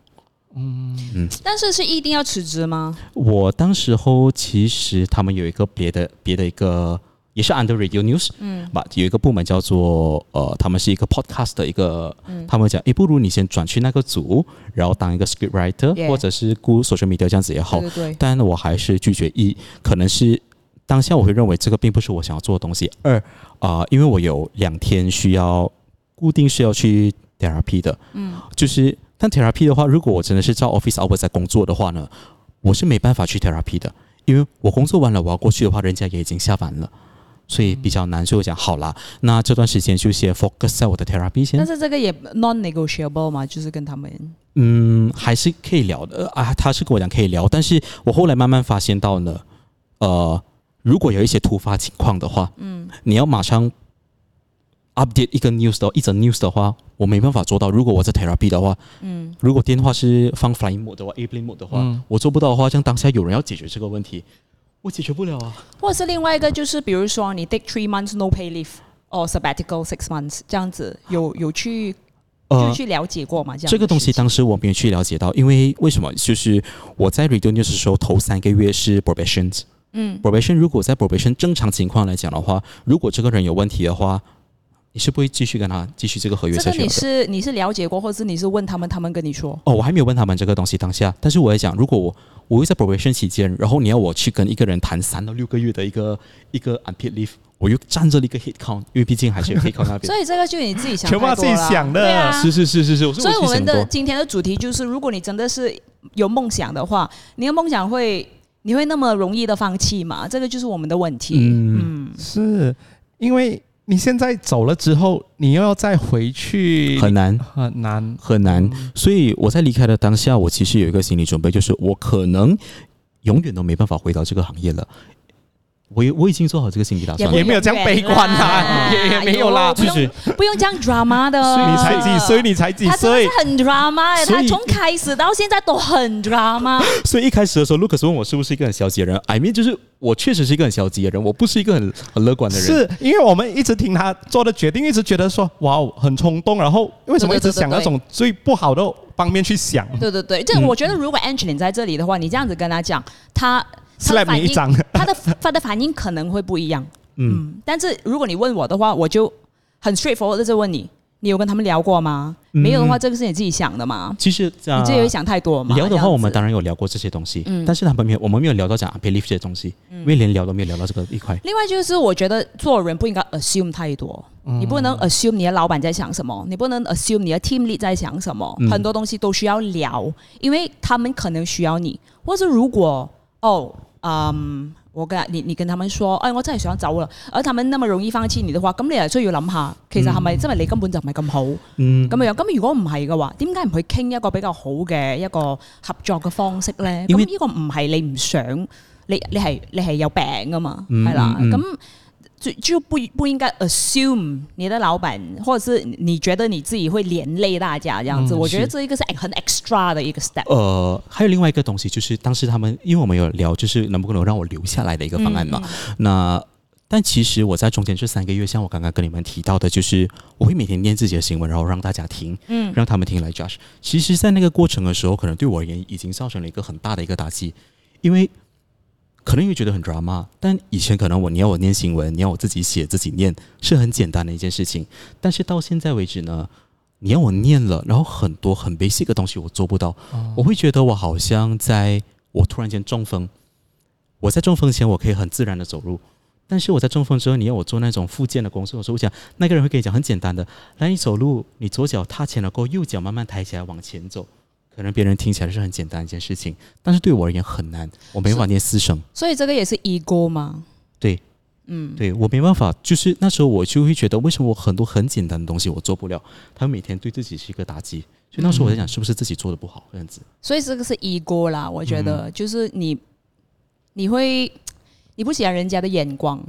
Speaker 1: 嗯
Speaker 3: 但是是一定要辞職嗎？
Speaker 1: 我当时候其实他们有一个别的别的一个。也是 under radio news，嗯，吧，有一个部门叫做呃，他们是一个 podcast 的一个，他们讲，诶，不如你先转去那个组，然后当一个 script writer，、
Speaker 3: Yeah
Speaker 1: 或者是雇 social media 这样子也好
Speaker 3: 對，對對，
Speaker 1: 但我还是拒绝一，可能是当下我会认为这个并不是我想要做的东西。二啊、呃因为我有两天需要固定是要去 therapy 的，嗯，就是但 therapy 的话，如果我真的是照 office hour 在工作的话呢，我是没办法去 therapy 的，因为我工作完了我要过去的话，人家也已经下班了。所以比较难，所以我讲好啦，那这段时间就先 focus 在我的 therapy 先
Speaker 3: 但。是这個也 non-negotiable 嘛，就是跟他們。
Speaker 1: 嗯，还是可以聊的呃啊。他是跟我讲可以聊，但是我后来慢慢发现到呢，呃，如果有一些突发情况的话，嗯，你要马上 update 一个 news 的一则 news 的话，我没办法做到。如果我在 therapy 的话，嗯，如果电话是放 flying mode 的话，airplane mode 的话，
Speaker 2: 嗯
Speaker 1: 我做不到的话，像当下有人要解决这个问题，我解决不了啊。
Speaker 3: 或者是另外一个就是，比如说你 take three months no pay leave or sabbatical six months 这样子，有有去就
Speaker 1: 呃，
Speaker 3: 去了解过嘛，这样
Speaker 1: 这个
Speaker 3: 的
Speaker 1: 东
Speaker 3: 事
Speaker 1: 西
Speaker 3: 情
Speaker 1: 当时我没有去了解到，因为为什么？就是我在 Radio News 的时候，头三个月是 probation，
Speaker 3: 嗯
Speaker 1: probation 如果在 probation 正常情况来讲的话，如果这个人有问题的话，你是不会继续跟他继续这个合约
Speaker 3: 这
Speaker 1: 下
Speaker 3: 个
Speaker 1: 去
Speaker 3: 你
Speaker 1: 的。
Speaker 3: 是你是了解过，或者是你是问他们，他们跟你说，
Speaker 1: 哦，我还没有问他们这个东西当下，但是我也讲，如果我我又在 probation 期间，然后你要我去跟一个人谈三到六个月的一个一个 unpaid leave，我又占着了一个 hit count，因为毕竟还是有 hit count 那边。
Speaker 3: 所以这个就是你自己想
Speaker 2: 全部他
Speaker 3: 太
Speaker 2: 自
Speaker 3: 多
Speaker 2: 己
Speaker 3: 了，
Speaker 2: 想的
Speaker 3: 对啊。
Speaker 1: 是是是是是，
Speaker 3: 所以
Speaker 1: 我
Speaker 3: 我们
Speaker 1: 想
Speaker 3: 的
Speaker 1: 多。
Speaker 3: 今天的主题就是，如果你真的是有梦想的话，你的梦想会你会那么容易的放弃吗？这个就是我们的问题。
Speaker 1: 嗯
Speaker 3: 嗯
Speaker 2: 是因为你现在走了之后，你又要再回去，
Speaker 1: 很难
Speaker 2: 很难。
Speaker 1: 很难。所以我在离开的当下，我其实有一个心理准备，就是我可能永远都没办法回到这个行业了。我也我已经做好这个心理打算
Speaker 3: 不
Speaker 1: 了
Speaker 2: 也。没有这样悲观啦
Speaker 3: 啦，
Speaker 2: 也也没有啦
Speaker 3: 哎呦不用
Speaker 1: 就是
Speaker 3: 不用这样 drama 的。
Speaker 2: 你才几岁？你才几
Speaker 3: 他真的
Speaker 2: 岁
Speaker 3: 是？很 drama，欸
Speaker 1: 所
Speaker 3: 他
Speaker 1: 以
Speaker 3: 从开始到现在都 很 drama。
Speaker 1: 所以一开始的时候，Lucas 问我是不是一个很消极的人，I mean 就是我确实是一个很消极的人，我不是一个很很乐观的人。
Speaker 2: 是因为我们一直听他做的决定，一直觉得说哇哦很冲动，然后为什么一直想那种最不好的方面去想，
Speaker 3: 对对对，这
Speaker 1: 嗯
Speaker 3: 我觉得如果 Angeline 在这里的话，你这样子跟他讲，他他的
Speaker 2: slap
Speaker 3: 反
Speaker 2: 你一
Speaker 3: 应，
Speaker 2: 掌。
Speaker 3: 他的他的反应可能会不一样。
Speaker 1: 嗯，
Speaker 3: 嗯，但是如果你问我的话，我就很 straightforward 地就问你，你有跟他们聊过吗？没有的话，这个是你自己想的嘛，
Speaker 1: 其实这
Speaker 3: 你自己会想太多嘛。
Speaker 1: 嗯啊聊的
Speaker 3: 这样
Speaker 1: 话，
Speaker 3: 子
Speaker 1: 我们当然有聊过这些东西，
Speaker 3: 嗯
Speaker 1: 但是他们没有，我们没有聊到讲 unpaid leave 这些东西，因为连聊都没有聊到这个一块。
Speaker 3: 另外就是，我觉得做人不应该 assume 太多，你不能 assume 你的老板在想什么，你不能 assume 你的 team lead 在想什么，
Speaker 1: 嗯
Speaker 3: 很多东西都需要聊，因为他们可能需要你，或是如果哦，嗯，我跟你你跟他们說，哎，我真係想走啦，而他們那麼容易放棄你嘅話，咁你係需要諗下，其實係咪真係你根本就唔係咁好咁
Speaker 1: 嗯，
Speaker 3: 樣？咁如果唔係嘅話，點解唔去傾一個比較好嘅一個合作嘅方式咧？
Speaker 1: 因
Speaker 3: 咁
Speaker 1: 為
Speaker 3: 呢個唔係你唔想，你你係你係有病噶嘛，
Speaker 1: 嗯
Speaker 3: 係啦，
Speaker 1: 嗯嗯
Speaker 3: 咁。就就不不應該 assume 你的老闆，或者是你覺得你自己會連累大家這樣子，
Speaker 2: 嗯
Speaker 3: 我覺得
Speaker 2: 是
Speaker 3: 這一個是很 extra 的一個 step。
Speaker 1: 呃，还有另外一个东西，就是当时他们，因为我们有聊，就是能不能让我留下来的一个方案嘛。那但其实我在中间这三个月，像我刚刚跟你们提到的，就是我会每天念自己的新闻，然后让大家听，嗯，让他们听来 judge。其实，在那个过程的时候，可能对我而言已经造成了一个很大的一个打击，因为可能会觉得很 drama，但以前可能我你要我念新闻，你要我自己写自己念，是很简单的一件事情。但是到现在为止呢，你要我念了，然后很多很 basic 的东西我做不到，我会觉得我好像在我突然间中风。我在中风前我可以很自然的走路，但是我在中风之后，你要我做那种复健的工作的时候，我讲那个人会跟你讲很简单的，来你走路，你左脚踏前了过后，右脚慢慢抬起来往前走。可能别人听起来是很简单的一件事情，但是对我而言很难，我没法念四声。
Speaker 3: 所以這個也是 ego 嘛。
Speaker 1: 对，
Speaker 3: 嗯，
Speaker 1: 对我没办法，就是那时候我就会觉得，为什么我很多很简单的东西我做不了？他每天对自己是一个打击，所以那时候我在想，是不是自己做的不好这样子？
Speaker 3: 所以这个是 ego 啦，我觉得、就是你你会你不喜欢人家的眼光，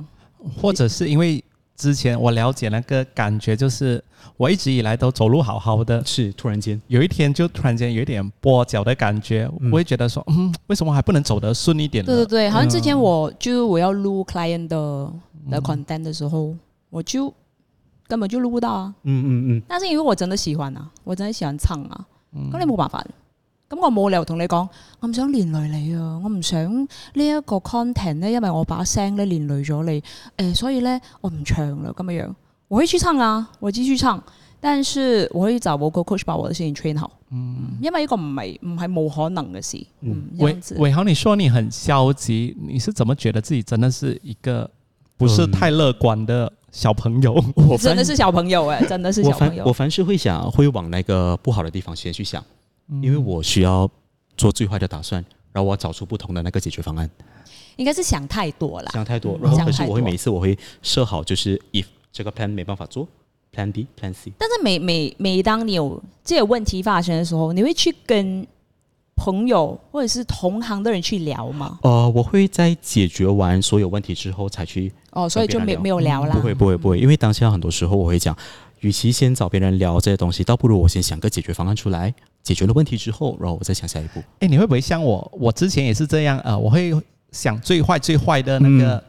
Speaker 2: 或者是因为之前我了解那个感觉，就是我一直以来都走路好好的，
Speaker 1: 是突然间，
Speaker 2: 有一天就突然间有一点跛脚的感觉，
Speaker 1: 嗯
Speaker 2: 我会觉得说，嗯，为什么还不能走得顺一点呢？
Speaker 3: 对对对，好像之前
Speaker 2: 嗯
Speaker 3: 我、就是我要录 client 的的 content 的时候，我就根本就录不到啊，
Speaker 1: 嗯嗯嗯，
Speaker 3: 但是因為我真的喜歡啊，我真係喜歡唱啊，咁、你冇辦法。咁我冇理由同你講，我唔想連累你啊！我唔想呢一個 content 咧，因為我把聲咧連累咗你，誒、所以咧我唔唱啦咁樣樣。我會去唱啊，我繼續唱，但是我會找 vocal coach 把我的聲音 train 好。嗯，因為呢個唔係唔係冇可能嘅事。嗯，這
Speaker 2: 伟
Speaker 3: 樣子
Speaker 2: 伟豪，你说你很消极，你是怎么觉得自己真的是一个不是太乐观的小朋友？
Speaker 1: 我反
Speaker 3: 真的是小朋友誒、真的是
Speaker 1: 我
Speaker 3: 小朋
Speaker 1: 凡我
Speaker 3: 友。
Speaker 1: 凡事会想会往那个不好的地方先去想，因为我需要做最坏的打算，然后我找出不同的那个解决方案。
Speaker 3: 應該是想太多啦。
Speaker 1: 想太多，
Speaker 3: 嗯
Speaker 1: 然后
Speaker 3: 想
Speaker 1: 可是
Speaker 3: 太
Speaker 1: 我会
Speaker 3: 多
Speaker 1: 每一次我会设好，就是 if 这个 plan 没办法做，plan B、plan C。
Speaker 3: 但是每每每当你有这些问题发生的时候，你会去跟朋友或者是同行的人去聊吗？
Speaker 1: 呃，我会在解决完所有问题之后才去
Speaker 3: 哦，所以就没
Speaker 1: 跟别人聊嗯
Speaker 3: 没有聊啦
Speaker 1: 不。会，不会，不会，因为当下很多时候我会讲，与其先找别人聊这些东西，倒不如我先想个解决方案出来，解决了问题之后，然后我再想下一步。嗯
Speaker 2: 哎，你会不会像我？我之前也是这样，呃，我会想最坏最坏的那个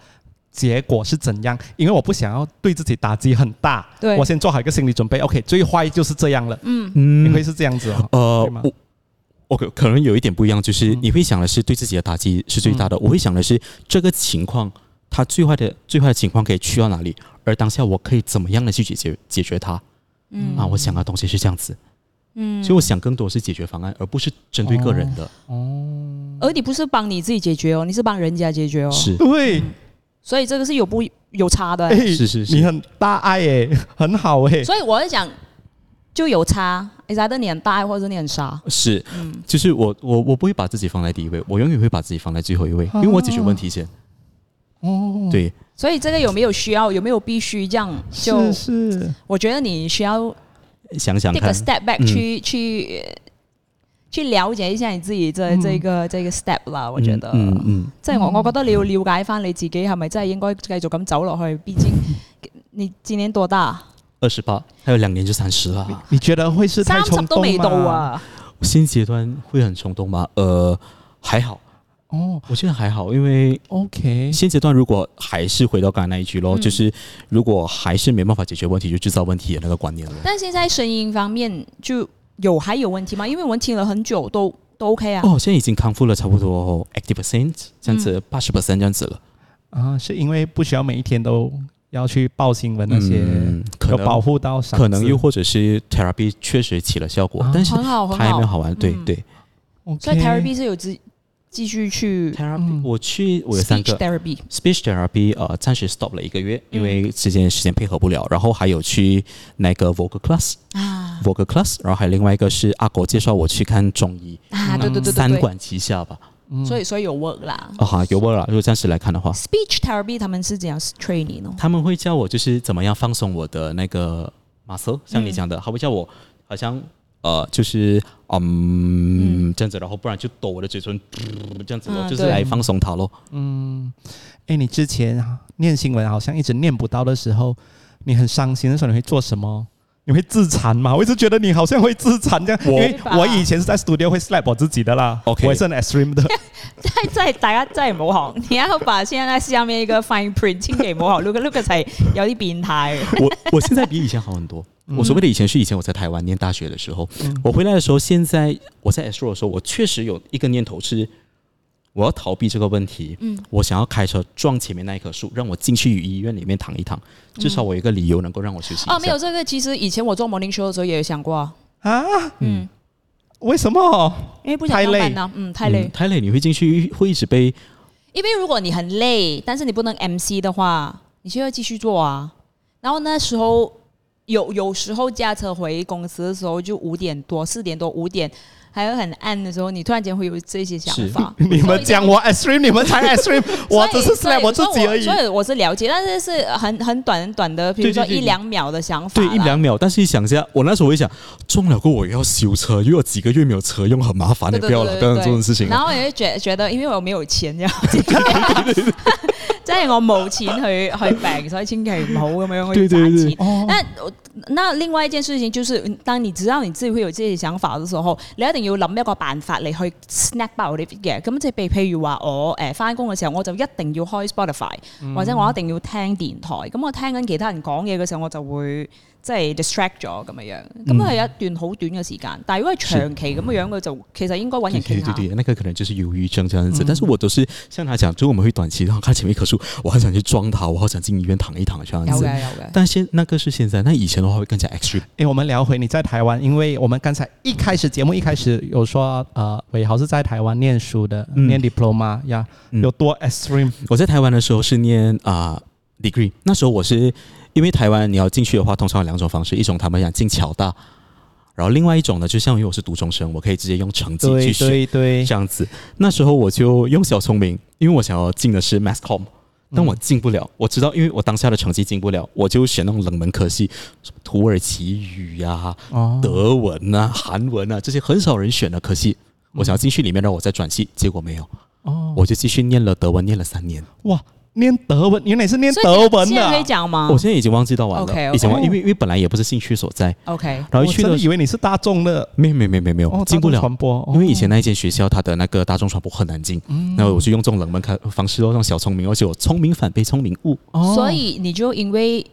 Speaker 2: 结果是怎样，因为我不想要对自己打击很大，
Speaker 3: 对
Speaker 2: 我先做好一个心理准备。OK，最坏就是这样了，你
Speaker 1: 嗯
Speaker 2: 会是这样子哦。
Speaker 1: 呃
Speaker 2: 对吗，
Speaker 1: 我我可可能有一点不一样，就是你会想的是对自己的打击是最大的，我会想的是这个情况它最坏的最坏的情况可以去到哪里，而当下我可以怎么样的去解决解决它。
Speaker 3: 嗯
Speaker 1: 啊，我想的东西是这样子，
Speaker 3: 嗯，
Speaker 1: 所以我想更多是解决方案，而不是针对个人的。
Speaker 3: 而你不是帮你自己解决哦，你是帮人家解决哦，
Speaker 1: 是
Speaker 2: 对，
Speaker 3: 所以这个是有不有差的欸、
Speaker 2: 哎，
Speaker 1: 嗯是是是
Speaker 2: 你很大爱诶，很好诶。
Speaker 3: 所以我在想，就有差，你either 你很大爱或者你很傻，
Speaker 1: 是，就是我我我不会把自己放在第一位，我永远会把自己放在最后一位，因为我解决问题先。哦，对，
Speaker 3: 所以这个有没有需要，有没有必须这样？就是
Speaker 2: 是，
Speaker 3: 我觉得你需要
Speaker 1: 想想
Speaker 3: take
Speaker 1: 看
Speaker 3: a，step back
Speaker 1: 嗯
Speaker 3: 去去呃去了解一下你自己这这个这个 step 啦，我觉得。
Speaker 1: 嗯嗯嗯
Speaker 3: 即係我，我覺得你要了解翻你自己係咪真係應該繼續咁走落去。畢竟你今年多大？
Speaker 1: 二十八，还有两年就三十了。
Speaker 2: 你觉得会是太
Speaker 3: 三
Speaker 2: 冲
Speaker 3: 十
Speaker 2: 动
Speaker 3: 都未到
Speaker 2: 吗？
Speaker 3: 啊！
Speaker 1: 新阶段会很冲动吗？呃，还好，
Speaker 2: 哦
Speaker 1: 我觉得还好，因为
Speaker 2: ，OK，
Speaker 1: 现阶段如果还是回到刚才那一句
Speaker 3: 嗯
Speaker 1: 咯，就是如果还是没办法解决问题，就制造问题的那个观念了。
Speaker 3: 但现在声音方面就有还有问题吗？因为我听了很久都都 OK 啊。
Speaker 1: 哦，现在已经康复了差不多 eighty percent 这样
Speaker 3: 嗯
Speaker 1: 子，八十 percent 这样子了。
Speaker 2: 啊，是因为不需要每一天都要去报新闻那些，
Speaker 1: 嗯可
Speaker 2: 有
Speaker 1: 能
Speaker 2: 保护到嗓子
Speaker 1: 可能又或者是 therapy 确实起了效果
Speaker 2: 啊，
Speaker 1: 但是
Speaker 3: 很好
Speaker 1: 它也没
Speaker 3: 很
Speaker 1: 有
Speaker 3: 好
Speaker 1: 好玩。对
Speaker 3: 嗯
Speaker 1: 对
Speaker 2: OK
Speaker 3: 所以 therapy 是有继继续去
Speaker 1: ，therapy 我去我有三
Speaker 3: 嗯 speech
Speaker 1: 个
Speaker 3: therapy。
Speaker 1: speech therapy，呃，暂时 stop 了一个月，因为
Speaker 3: 嗯
Speaker 1: 之间时间配合不了。然后还有去那个 vocal class，vocal
Speaker 3: 啊
Speaker 1: class，然后还有另外一个是阿国介绍我去看中医，
Speaker 3: 啊！对对对
Speaker 1: 嗯
Speaker 3: 哦
Speaker 1: 三嗯
Speaker 3: 对对，
Speaker 1: 管齐下吧。
Speaker 3: 所以所以有 work 啦。
Speaker 1: 啊哈，有味了。如果暂时来看的话，
Speaker 3: Speech therapy 他们是怎样 train 你 呢？
Speaker 1: 他们会教我就是怎么样放松我的那个 muscle，像你讲
Speaker 3: 嗯
Speaker 1: 的，他会叫我好像呃就是嗯这样子，然后不然就抖我的嘴唇，这样子咯，
Speaker 3: 嗯
Speaker 1: 就是
Speaker 3: 对
Speaker 1: 来放松它咯。
Speaker 2: 哎，你之前念新闻好像一直念不到的时候，你很伤心的时候，你会做什么？你会自残吗？我一直觉得你好像会自残 这样，因为
Speaker 3: 会吧
Speaker 2: 我以前是在 studio 会 slap 我自己的啦。
Speaker 1: OK
Speaker 2: 我也是很 extreme 的。
Speaker 3: 真真係大家真係唔好學，你要把現在下面一個 fine print 千祈唔好學。Lucas Lucas 係有啲變態嘅，
Speaker 1: 我我现在比以前好很多。
Speaker 3: 嗯
Speaker 1: 我所谓的以前是以前我在台湾念大学的时候，我回来的时候，现在我在 S 的时候，我确实有一个念头是我要逃避这个问题，
Speaker 3: 嗯
Speaker 1: 我想要开车撞前面那一棵树，让我进去医院里面躺一躺，至少我有一个理由能够让我休息一下。
Speaker 3: 嗯
Speaker 1: 嗯
Speaker 3: 哦，没有这个，其實以前我做 morning show 嘅時候也有想過啊，
Speaker 2: 为 什么？
Speaker 3: 因為不想上班啊，嗯，太累
Speaker 1: 嗯。太累，你会进去会一直被
Speaker 3: 因为如果你很累，但是你不能 MC 的话，你就要继续做啊。然后那时候有有时候驾车回公司的时候，就五点多、四点多、五点，还有很暗的时候，你突然间会有这些想 法。
Speaker 2: 你们讲我 extreme，你们才 extreme，我只是 slap 我自己而已
Speaker 3: 所。以我是了解，但是是很很短很短的，比如说
Speaker 1: 对对对
Speaker 3: 一两秒的想法
Speaker 1: 对
Speaker 3: 啦。
Speaker 1: 一两秒，但是一想一下，我那时候会想，中了过我又要修车，又有几个月没有车用，很麻烦，
Speaker 3: 对
Speaker 1: 你
Speaker 3: 对
Speaker 1: 不要了，
Speaker 3: 对
Speaker 1: 不要做这
Speaker 3: 对
Speaker 1: 种事情啊
Speaker 3: 然
Speaker 1: 了。
Speaker 3: 後 我就覺覺得，因為我沒有錢，然後 即係我冇錢去去病，所以千祈唔好咁樣
Speaker 1: 對
Speaker 3: 去
Speaker 1: 對對
Speaker 3: 賺錢。但我那另外一件事情就是，當你知道你自己會有自己想法嘅時候，你一定要諗一個辦法嚟去 snap out 呢啲嘅。咁即係譬譬如話我誒翻工嘅時候，我就一定要開 Spotify，或者我一定要聽電台。咁我聽緊其他人講嘢嘅時候，我就會。即係 distract 咗咁樣樣，咁係一段好短嘅時間。但係如果係長期咁樣樣，佢就嗯其實應該揾
Speaker 1: 对
Speaker 3: 人傾
Speaker 1: 对
Speaker 3: 下
Speaker 1: 对。对，那个可能就是忧郁症这样子，但是我都是像他讲，就我们会短期，然后看前面一棵树，我好想去撞它，我好想进医院躺一躺这样
Speaker 3: 有
Speaker 1: 子。
Speaker 3: 嘅有嘅，
Speaker 1: 但现那个是现在，那以前的话会更加 extreme。
Speaker 2: 诶，我们聊回你在台湾，因为我们刚才一开始节目一开始有说，呃，伟豪是在台湾念书的，
Speaker 1: 嗯
Speaker 2: 念 diploma 呀，
Speaker 1: 嗯
Speaker 2: 有多 extreme？
Speaker 1: 我在台湾的时候是念啊、degree，那时候我是因为台湾你要进去的话，通常有两种方式，一种他们想进侨大，然后另外一种呢，就相当于我是读中生，我可以直接用成绩
Speaker 2: 对
Speaker 1: 去选
Speaker 2: 对对
Speaker 1: 这样子。那时候我就用小聪明，因为我想要进的是 mass com。但我进不了，我知道，因为我当下的成绩进不了，我就选那种冷门科系，什么土耳其语呀、
Speaker 2: 哦
Speaker 1: 德文啊、韩文啊这些很少人选的科系。我想要进去里面，让我再转系，结果没有，
Speaker 2: 哦，
Speaker 1: 我就继续念了德文，念了三年。
Speaker 2: 哇，念德文，原来是念
Speaker 3: 所以
Speaker 2: 德文
Speaker 3: 现
Speaker 2: 的
Speaker 3: 在可以
Speaker 2: 啊。
Speaker 3: 讲吗
Speaker 1: 我现在已经忘记到完了
Speaker 3: OK，OK
Speaker 1: 以前忘，因为因为本来也不是兴趣所在，
Speaker 3: ？OK，
Speaker 1: 然后一
Speaker 2: 我
Speaker 1: 去
Speaker 2: 哦真
Speaker 1: 的
Speaker 2: 的以为你是大众的，
Speaker 1: 没有没有没有没有没有
Speaker 2: 哦，
Speaker 1: 进不
Speaker 2: 大众
Speaker 1: 了，
Speaker 2: 传播，哦
Speaker 1: 因为以前那一间学校它的那个大众传播很难进，
Speaker 2: 嗯
Speaker 1: 那我就用这种冷门看方式咯，用小聪明，而且我聪明反被聪明误。
Speaker 2: 哦
Speaker 3: 所以你就因为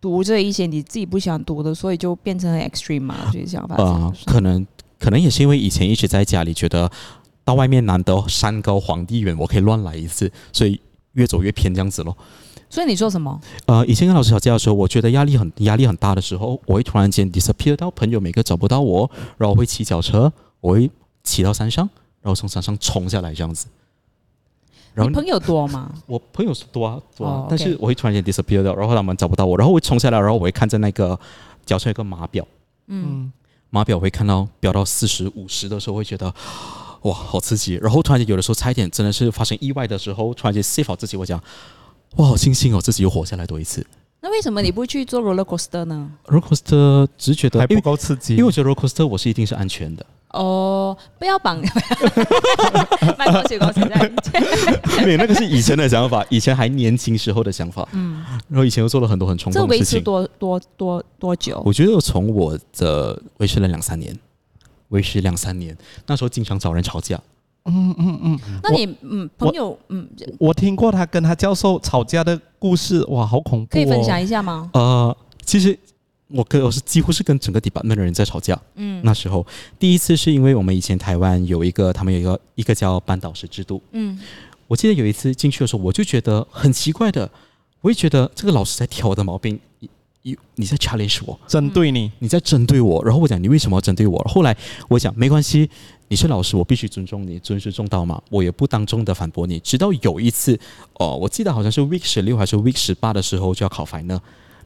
Speaker 3: 读这一些你自己不想读的，所以就变成很 extreme 嘛，就是想法。
Speaker 1: 呃，可能可能也是因为以前一直在家里觉得到外面难得山高皇帝远，我可以乱来一次，所以越走越偏这样子咯。
Speaker 3: 所以你做什么？
Speaker 1: 呃，以前跟老师吵架的时候，我觉得压力很压力很大的时候，我会突然间 disappear 到朋友每个找不到我，然后我会骑脚车，我会骑到山上，然后从山上冲下来这样子。然
Speaker 3: 你
Speaker 1: 后
Speaker 3: 朋友多 吗？
Speaker 1: 我朋友是多啊多啊
Speaker 3: 哦，
Speaker 1: 但是我会突然间 disappear 掉，然后他们找不到我，然后我会冲下来，然后我会看着那个脚上有个码表，
Speaker 3: 嗯，
Speaker 2: 嗯，
Speaker 1: 码表会看到飙到四十五十的时候，会觉得 哇好刺激。然后突然间有的时候差一点真的是发生意外的时候，突然间 save 好自己，我讲哇好庆幸哦，自己又活下来多一次。
Speaker 3: 那为什么你不去做 roller coaster 呢？
Speaker 1: roller coaster 只是觉得哎
Speaker 2: 还
Speaker 1: 因
Speaker 2: 不
Speaker 1: 为
Speaker 2: 够刺激，
Speaker 1: 因为我觉得 roller coaster 我是一定是安全的，
Speaker 3: 哦，不要 绑，卖多少多
Speaker 1: 没有那个是以前的想法，以前还年轻时候的想法。
Speaker 3: 嗯，
Speaker 1: 然后以前又做了很多很冲
Speaker 3: 这
Speaker 1: 动的
Speaker 3: 维
Speaker 1: 事
Speaker 3: 持
Speaker 1: 情。
Speaker 3: 多多多多久？
Speaker 1: 我觉得从我的呃维持了两三年，维持两三年，那时候经常找人吵架。
Speaker 2: 嗯嗯嗯，
Speaker 3: 那你嗯，
Speaker 2: 我
Speaker 3: 朋友嗯，
Speaker 2: 我听过他跟他教授吵架的故事，哇，好恐怖、哦！
Speaker 3: 可以分享一下吗？
Speaker 1: 呃，其实我跟我是几乎是跟整个 department 的人在吵架。
Speaker 3: 嗯
Speaker 1: 那时候第一次是因为我们以前台湾有一个，他们有一个一个叫班导师制度。
Speaker 3: 嗯，
Speaker 1: 我记得有一次进去的时候，我就觉得很奇怪的，我也觉得这个老师在挑我的毛病，你你你在 challenge 我，
Speaker 2: 针对你，
Speaker 1: 你在针对我。然后我讲你为什么要针对我？后来我讲没关系，你是老师，我必须尊重你，尊师重道嘛，我也不当众的反驳你。直到有一次，哦、我记得好像是 week 十六还是 week 十八的时候就要考 final，然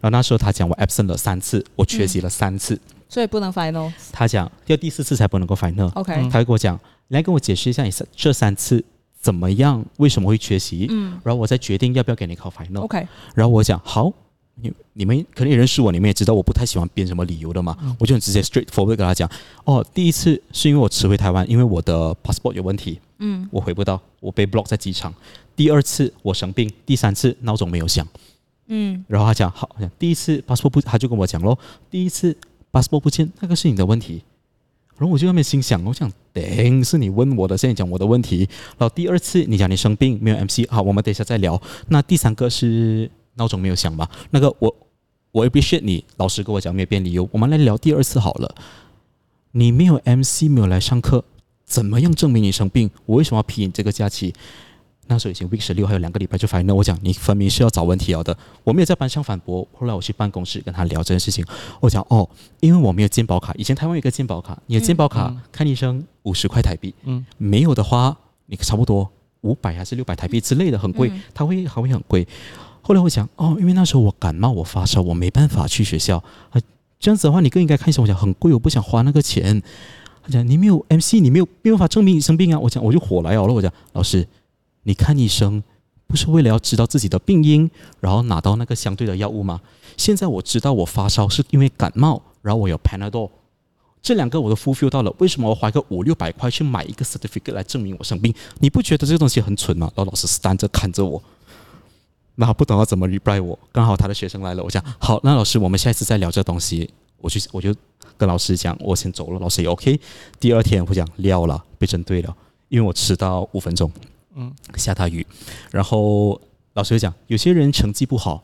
Speaker 1: 后那时候他讲我 absent 了三次，我缺席了三次。
Speaker 3: 所以不能 final。
Speaker 1: 他讲要第四次才不能够 final，、
Speaker 3: OK，
Speaker 2: 嗯
Speaker 1: 他会跟我讲，你来跟我解释一下你三这三次怎么样，为什么会缺席，
Speaker 3: 嗯
Speaker 1: 然后我再决定要不要给你考 final。
Speaker 3: ，OK，
Speaker 1: 然后我讲好，你你们可能也认识我，你们也知道我不太喜欢编什么理由的嘛，我就很直接 straightforward 跟他讲，哦，第一次是因为我迟回台湾，因为我的 passport 有问题，
Speaker 3: 嗯，
Speaker 1: 我回不到，我被 block 在机场。第二次我生病，第三次闹钟没有响。
Speaker 3: 嗯
Speaker 1: 然后他讲好，我讲第一次 passport 不，他就跟我讲咯，第一次 passport 不见，那个是你的问题。然后我就在那边心想，我想，顶是你问我的，现在你讲我的问题。然后第二次你讲你生病没有 MC，好，我们等一下再聊。那第三个是闹钟没有响吧？那个我我 appreciate 你，老师跟我讲没有变理由，我们来聊第二次好了。你没有 MC 没有来上课，怎么样证明你生病？我为什么要批你这个假期？那时候已经 week 十六，还有两个礼拜就 final。我讲你分明是要找问题了的，我没有在班上反驳。后来我去办公室跟他聊这件事情，我讲哦，因为我没有健保卡，以前台湾有一个健保卡，你的健保卡、
Speaker 2: 嗯嗯
Speaker 1: 看医生五十块台币，
Speaker 2: 嗯，
Speaker 1: 没有的话，你差不多五百还是六百台币之类的，很贵
Speaker 3: 嗯，
Speaker 1: 它会还会很贵。后来我讲哦，因为那时候我感冒，我发烧，我没办法去学校。啊，这样子的话，你更应该看医生。我讲很贵，我不想花那个钱。他讲你没有 MC，你没有没有办法证明你生病啊。我讲我就火来哦了。我讲老师，你看医生不是为了要知道自己的病因，然后拿到那个相对的药物吗？现在我知道我发烧是因为感冒，然后我有 Panadol，这两个我都 fulfill 到了，为什么我花个五六百块去买一个 certificate 来证明我生病？你不觉得这个东西很蠢吗？然后老师 stand 着看着我，那他不懂要怎么 reply 我。刚好他的学生来了，我讲好，那老师我们下一次再聊这东西。我去我就跟老师讲，我先走了，老师也 OK。第二天我讲撂了，被针对了，因为我迟到五分钟，
Speaker 2: 嗯，
Speaker 1: 下大雨，然后老师就讲有些人成绩不好，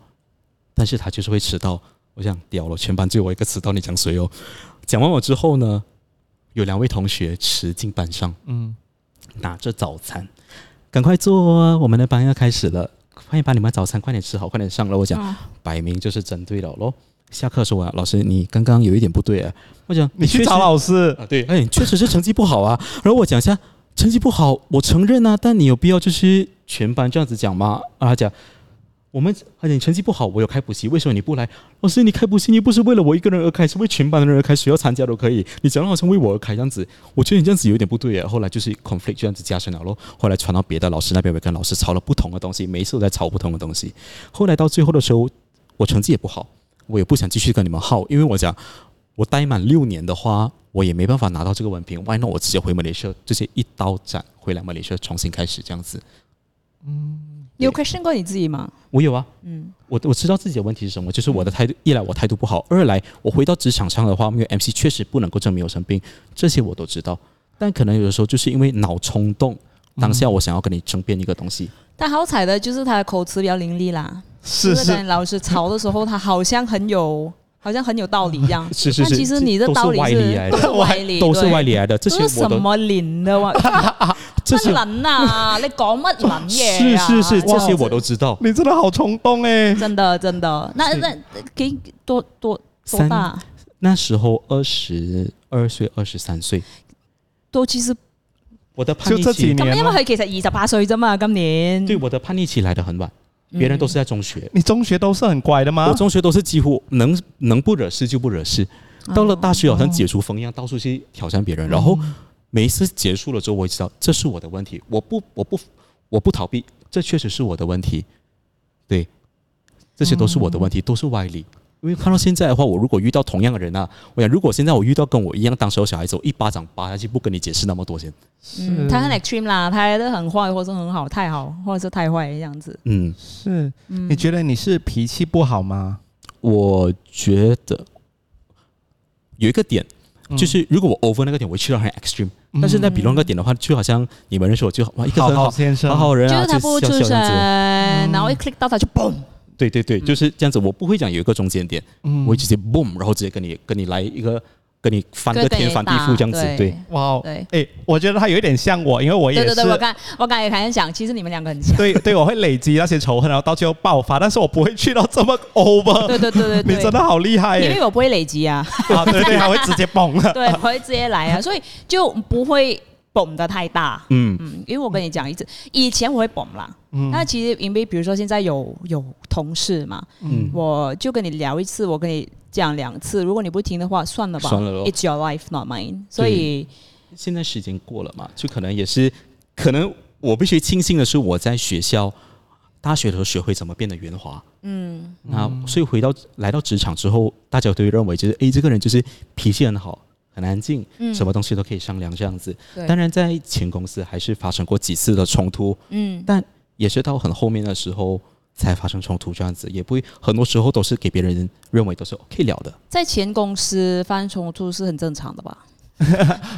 Speaker 1: 但是他就是会迟到。我想屌了，全班就我一个迟到，你讲谁哦？讲完我之后呢，有两位同学迟进班上，
Speaker 2: 嗯，
Speaker 1: 拿着早餐，赶快做啊！我们的班要开始了，快点把你们早餐快点吃好，快点上楼。我讲，
Speaker 3: 嗯
Speaker 1: 摆明就是针对了咯。下课的时候啊，老师你刚刚有一点不对啊。我讲
Speaker 2: 你
Speaker 1: 确
Speaker 2: 去
Speaker 1: 实
Speaker 2: 找老师，
Speaker 1: 啊，对，哎，你确实是成绩不好啊。 然后我讲一下，成绩不好，我承认啊，但你有必要就是全班这样子讲吗？啊，他讲。我们而且你成绩不好，我有开补习，为什么你不来？老师，你开补习，你不是为了我一个人而开，是为全班的人而开，谁要参加都可以。你讲的好像为我而开这样子，我觉得你这样子有点不对啊。后来就是 conflict 这样子加深了咯。后来传到别的老师那边，我也跟老师吵了不同的东西，每一次都在吵不同的东西。后来到最后的时候，我成绩也不好，我也不想继续跟你们耗，因为我讲我待满六年的话，我也没办法拿到这个文凭。Why not？我直接回马来西亚，直接一刀斩回来马来西亚，重新开始这样子。嗯，
Speaker 3: 有 question 过你自己吗？
Speaker 1: 我有啊，
Speaker 3: 嗯，
Speaker 1: 我我知道自己的问题是什么，就是我的态度，一来我态度不好，二来我回到职场上的话，没有 MC 确实不能够证明我生病，这些我都知道，但可能有的时候就是因为脑冲动，
Speaker 3: 嗯
Speaker 1: 当下我想要跟你争辩一个东西，
Speaker 3: 但好彩的就是他的口齿比较伶俐啦。
Speaker 2: 是
Speaker 3: 就是
Speaker 2: 是
Speaker 3: 等老师吵的时候，他好像很有，好像很有道理一样。
Speaker 1: 是是
Speaker 3: 但
Speaker 1: 是，
Speaker 3: 其实你的
Speaker 1: 都
Speaker 3: 道理
Speaker 1: 是外力来
Speaker 3: 都
Speaker 1: 的，
Speaker 3: 是歪理，
Speaker 1: 都是
Speaker 3: 对
Speaker 1: 外力来的，这
Speaker 3: 都是
Speaker 1: 些我
Speaker 3: 什
Speaker 1: 都
Speaker 3: 么林的哇？
Speaker 1: 这些
Speaker 3: 乜人啊？你讲乜人
Speaker 1: 是
Speaker 3: 嘢啊？
Speaker 1: 是是，
Speaker 3: 这
Speaker 1: 这
Speaker 3: 样
Speaker 1: 些我
Speaker 3: 子
Speaker 1: 都知道。
Speaker 2: 你真的好冲动哎、
Speaker 3: 真的真的。那
Speaker 1: 是
Speaker 3: 那几多多多
Speaker 1: 三
Speaker 3: 大？啊
Speaker 1: 那时候二十二岁、二十三岁，
Speaker 3: 都其實
Speaker 1: 我的叛逆
Speaker 2: 就这几
Speaker 1: 期
Speaker 2: 年，
Speaker 3: 咁，
Speaker 2: 啊
Speaker 3: 因為佢其實二十八歲啫嘛，今年
Speaker 1: 对我的叛逆期来的很晚，
Speaker 2: 嗯
Speaker 1: 别人都是在中学，
Speaker 2: 你中学都是很乖的吗
Speaker 1: 我？中学都是几乎能能不惹事就不惹事，
Speaker 2: 哦
Speaker 1: 到了大学好像解除风一样，到处去挑战别
Speaker 2: 嗯
Speaker 1: 人，然后每一次结束了之后，我会知道这是我的问题，我不我不我不逃避，这确实是我的问题，对，这些都是我的
Speaker 2: 哦
Speaker 1: 问题，都是外力。因为看到现在的话，我如果遇到同样的人啊，我想如果现在我遇到跟我一样当时候小孩子，我一巴掌扒下去，不跟你解释那么多先。
Speaker 3: 嗯，他很 extreme 啦，他都很壞，或者很好，太好，或者是太壞這樣子。
Speaker 1: 嗯，
Speaker 2: 是，你觉得你是脾气不好吗？
Speaker 1: 我觉得有一个点，
Speaker 2: 嗯
Speaker 1: 就是如果我 over 那个点，我会去到很 extreme，、但嗯是在比如那个点的话，就好像你们认识我就好哇，一个
Speaker 2: 好
Speaker 1: 很
Speaker 2: 好
Speaker 1: 好
Speaker 2: 先生，
Speaker 1: 好好人
Speaker 3: 就
Speaker 1: 啊，
Speaker 3: 是他不
Speaker 1: 笑
Speaker 3: 出
Speaker 1: 笑这
Speaker 3: 聲，
Speaker 1: 样子，
Speaker 3: 然後一 click 到他就 boom，
Speaker 1: 对对对，就是这样子。我不会讲有一个中间点，
Speaker 2: 嗯
Speaker 1: 我会直接 boom，然后直接跟你跟你来一个跟你翻
Speaker 3: 跟
Speaker 1: 个
Speaker 3: 等於
Speaker 1: 天翻地
Speaker 3: 打
Speaker 1: 覆这样子，对。
Speaker 2: 哇哦，
Speaker 3: 對
Speaker 2: 哎、我觉得他有一点像我，因为我也
Speaker 3: 對
Speaker 2: 是
Speaker 3: 對對，我剛我剛也很想，其實你們兩個 很像。
Speaker 2: 对对，我会累积那些仇恨，然后到最后爆发，但是我不会去到这么 over。
Speaker 3: 對對對
Speaker 2: 你
Speaker 3: 對
Speaker 2: 真
Speaker 3: 對，
Speaker 2: 的好厉害
Speaker 3: 因
Speaker 2: 耶！
Speaker 3: 為我不會累 積啊，
Speaker 2: 啊，对对，还会直接崩了。
Speaker 3: 對，我會直接來啊，所以就不會 boom 得太大。
Speaker 1: 嗯，
Speaker 3: 嗯，因为我跟你讲，一直以前我会崩啦，那其实因为比如说现在有有同事嘛，
Speaker 1: 嗯
Speaker 3: 我就跟你聊一次，我跟你讲两次，如果你不听的话，算了吧，
Speaker 1: 算了咯
Speaker 3: It's your life, not mine。所以
Speaker 1: 现在时间过了嘛，就可能也是，可能我必须庆幸的是，我在学校、大学的时候学会怎么变得圆滑。嗯，那所以回到来到职场之后，大家都会认为就是，诶，这个人就是脾气很好，很安静，什么东西都可以商量这样子。
Speaker 3: 对
Speaker 1: 当然，在前公司还是发生过几次的冲突，
Speaker 3: 嗯，
Speaker 1: 但也是到很后面的时候才发生冲突这样子，也不会很多时候都是给别人认为都是 OK 了的，
Speaker 3: 在前公司发生冲突是很正常的吧？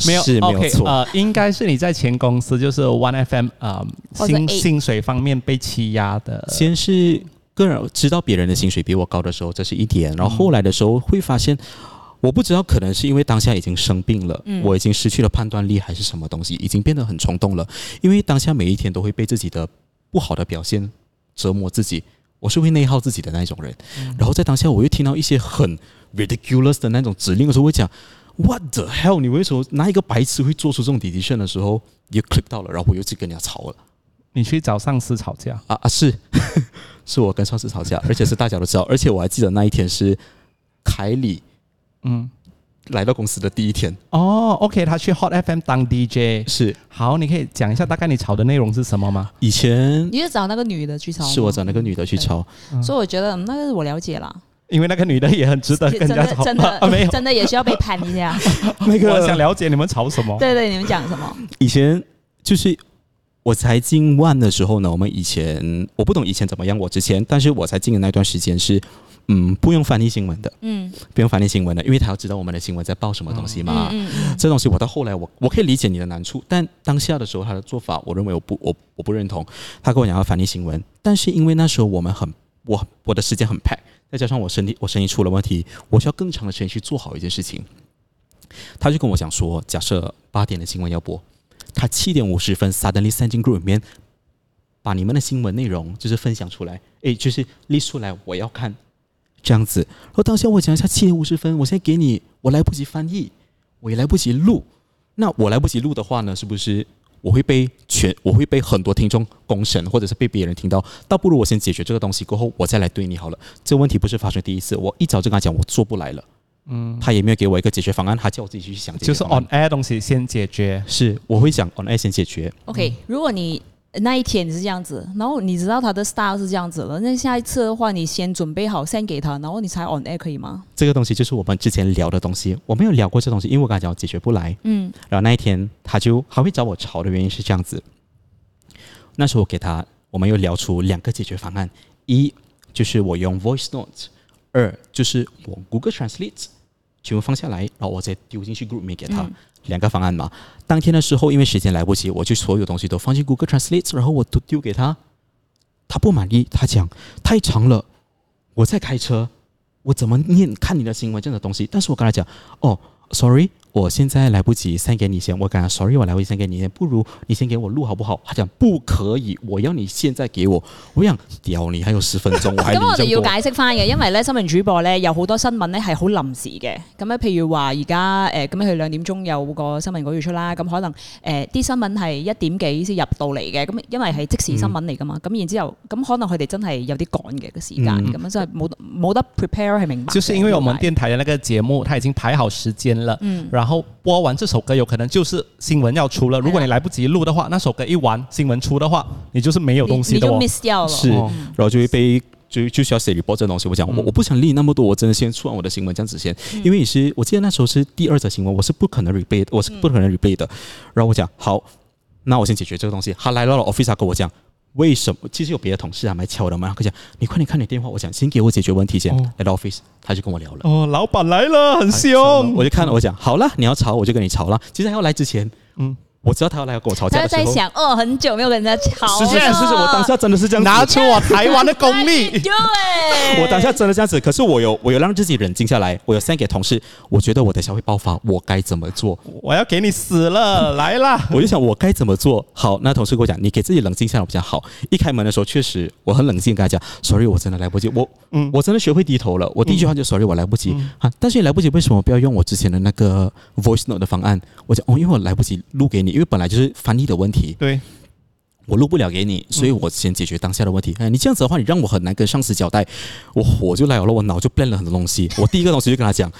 Speaker 2: 没有
Speaker 1: 是没有
Speaker 2: OK，
Speaker 1: 错。
Speaker 2: 呃，应该是你在前公司就是 One FM 呃
Speaker 3: 或者
Speaker 2: 薪
Speaker 3: eight
Speaker 2: 薪水方面被欺压的，
Speaker 1: 先是个人知道别人的薪水比我高的时候，这是一点，然后后来的时候会发现。我不知道，可能是因为当下已经生病了，我已经失去了判断力，还是什么东西，已经变得很冲动了。因为当下每一天都会被自己的不好的表现折磨自己，我是会内耗自己的那一种人。然后在当下，我又听到一些很 ridiculous 的那种指令的时候，我会讲 What the hell？你为什么拿一个白痴会做出这种 decision 的时候，你就 click 到了，然后我又去跟人家吵了。
Speaker 2: 你去找上司吵架，
Speaker 1: 啊啊是， 是我跟上司吵架，而且是大家都知道，而且我还记得那一天是凯里
Speaker 2: 嗯，
Speaker 1: 来到公司的第一天，
Speaker 2: 哦，OK，他去 Hot FM 当 DJ，
Speaker 1: 是
Speaker 2: 好，你可以讲一下大概你吵的内容是什么吗？
Speaker 1: 以前
Speaker 3: 你就找那个女的去吵，
Speaker 1: 是我找那个女的去吵，
Speaker 3: 所以我觉得嗯那个我了解啦，
Speaker 2: 因为那个女的也很值得
Speaker 3: 真
Speaker 2: 跟人家
Speaker 3: 的
Speaker 2: 吵，
Speaker 3: 真
Speaker 2: 啊没
Speaker 3: 的
Speaker 2: 有，
Speaker 3: 真的也需要被盘 一下。
Speaker 1: 那
Speaker 2: 我想了解你们吵什么，
Speaker 3: 对对，你们讲什么？
Speaker 1: 以前就是我才进 One 的时候呢，我们以前我不懂以前怎么样，我之前，但是我才进的那段时间是。嗯，不用翻译新闻的，
Speaker 3: 嗯
Speaker 1: 不用翻译新闻的，因为他要知道我们的新闻在报什么东西嘛。
Speaker 3: 嗯嗯
Speaker 1: 这东西我到后来我我可以理解你的难处，但当下的时候他的做法，我认为我不我我不认同。他跟我讲要反映新闻，但是因为那时候我们很我我的时间很 pack，再加上我身体我身体出了问题，我需要更长的时间去做好一件事情。他就跟我讲说，假设八点的新闻要播，他七点五十分 suddenly 三进 group 里面把你们的新闻内容就是分享出来，诶，就是 list 出来我要看这样子。然后当下我讲一下七点五十分，我现在给你，我来不及翻译，我也来不及录。那我来不及录的话呢，是不是我会被全我会被很多听众公审，或者是被别人听到？倒不如我先解决这个东西，过后我再来对你好了。这问题不是发生第一次，我一早就跟他讲我做不来了，嗯，他也没有给我一个解决方案，他叫我自己去想解决
Speaker 2: 就是
Speaker 1: 方案
Speaker 2: on air 东西先解决，
Speaker 1: 是我会想 on air 先解决，
Speaker 3: OK，如果你那一天你是这样子，然后你知道他的 style 是这样子了，那下一次的话，你先准备好 send 给他，然后你才 on air 可以吗？
Speaker 1: 这个东西就是我们之前聊的东西，我没有聊过这东西，因为我跟他讲我解决不来。
Speaker 3: 嗯，
Speaker 1: 然后那一天他就还会找我吵的原因是这样子，那时候我给他我们又聊出两个解决方案：一就是我用 Voice Note，二就是我 Google Translate 全部放下来，然后我直接丢进去 Group 里面给他。两个方案嘛，当天的时候因为时间来不及，我就所有东西都放进 Google Translate，然后我都丢给他。他不满意，他讲太长了，我在开车，我怎么念看你的新闻这样的东西？但是我跟他讲，哦，sorry，我现在来不及先给你先，我跟他 sorry，我来不及先给你先，不如你先给我录好不好？他讲不可以，我要你现在给我。我想屌哎你，还有十分钟，我 还
Speaker 3: 咁我哋
Speaker 1: 理
Speaker 3: 要
Speaker 1: 咁多。
Speaker 3: 解釋翻嘅，因為咧新聞主播咧有好多新聞咧係好臨時嘅。咁咧，譬如話而家呃誒咁佢兩點鐘有個新聞稿要出啦，咁可能誒啲、新聞係一點幾先入到嚟嘅，咁因為係即時新聞嚟噶嘛。咁、然之後，咁可能佢哋真係有啲趕嘅個時間，
Speaker 1: 嗯
Speaker 3: 咁樣真係冇冇得 prepare 係明白嘅。
Speaker 2: 就是因为我们
Speaker 3: 點解
Speaker 2: 电台的那个节目，它已经排好时间了，
Speaker 3: 嗯
Speaker 2: 然后播完这首歌，有可能就是新闻要出了。如果你来不及录的话，那首歌一完，新闻出的话，你就是没有
Speaker 3: 你
Speaker 2: 东西
Speaker 3: 你
Speaker 2: 的
Speaker 3: 就
Speaker 2: 哦。
Speaker 3: miss 掉咯。
Speaker 1: 是，然后就会被就就需要写 report 这东西。我讲我我不想理那么多，我真的先出完我的新闻这样子先，因为你是我记得那时候是第二则新闻，我是不可能 replay，我是不可能 replay 的。然后我讲好，那我先解决这个东西。他来到了 office 他跟我讲。为什么？其实有别的同事啊，来敲我的门，他跟我讲：“你快点看你电话。”我讲：“先给我解决问题先。
Speaker 2: 哦
Speaker 1: 来到 office，他就跟我聊了。
Speaker 2: 哦，老板来了，很凶。
Speaker 1: 我就看了，我讲：“好啦，你要吵我就跟你吵啦。”其实他要来之前，
Speaker 2: 嗯
Speaker 1: 嗯，我知道他要来跟我吵架
Speaker 3: 他
Speaker 1: 的时候
Speaker 3: 在，想，哦，很久没有跟人家吵
Speaker 1: 是
Speaker 3: 了。。
Speaker 1: 是是是，我当下真的是这样子，
Speaker 2: 拿 出我台湾的功力
Speaker 3: 对，
Speaker 1: 我当下真的这样子，可是我有我有让自己冷静下来，我有 send 给同事，我觉得我等下会爆发，我该怎么做？
Speaker 2: 我要给你死了，来啦！
Speaker 1: 我就想我该怎么做？好，那同事跟我讲，你给自己冷静下来比较好。一开门的时候，确实我很冷静，跟他讲，sorry，我真的来不及，我、
Speaker 2: 嗯
Speaker 1: 我真的学会低头了。我第一句话就 sorry，我来不及、啊，但是你来不及，为什么不要用我之前的那个 voice note 的方案？我讲哦，因为我来不及录给你，因为本来就是翻译的问题，
Speaker 2: 对，
Speaker 1: 我录不了给
Speaker 2: 嗯
Speaker 1: 你，所以我先解决当下的问题。哎，你这样子的话，你让我很难跟上司交代，我火就来了，我脑就 plan 了很多东西。我第一个东西就跟他讲，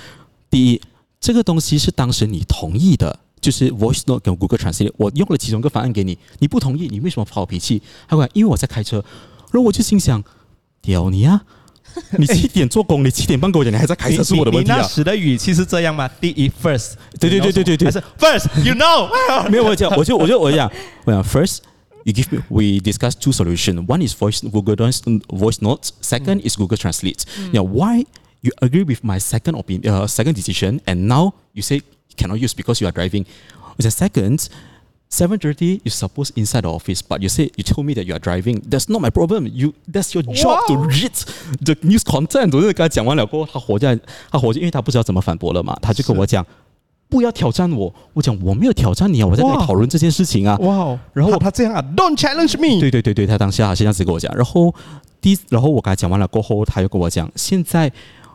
Speaker 1: 第一，这个东西是当时你同意的，就是 Voice Note 跟 Google Translate，我用了其中一个方案给你，你不同意，你为什么发我脾气？他讲因为我在开车，然后我就心想，屌你啊！你七点做工，你七点半给我讲，你还在开
Speaker 2: 你
Speaker 1: 车是我的
Speaker 2: 你
Speaker 1: 问题
Speaker 2: 你那
Speaker 1: 啊！
Speaker 2: 时的语气是这样吗？第一 first，
Speaker 1: 对对对对对对
Speaker 2: 还是 first，you know，
Speaker 1: 没有，我讲，我就我就我讲，我讲，first you give me we discuss two solution. One is voice Google Docs- voice notes. Second is Google Translate. Now why you agree with my second opinion, uh, second decision, and now you say you cannot use because you are driving. The second. 7.30 you supposed inside the office but you say you told me that you are driving that's not my problem you that's your job to read the news content 我就跟他讲完了过后他活下来他活下因为他不知道怎么反驳了嘛他就跟我讲不要挑战我我讲我没有挑战你啊我在跟你
Speaker 2: 哇
Speaker 1: 讨论这件事情啊
Speaker 2: 哇哦！
Speaker 1: 然后
Speaker 2: 他他这样啊，Don't challenge me。
Speaker 1: 对对对对，他当下是这样子跟我讲，然后第一，然后我跟他讲完了过后，他又跟我讲，现在，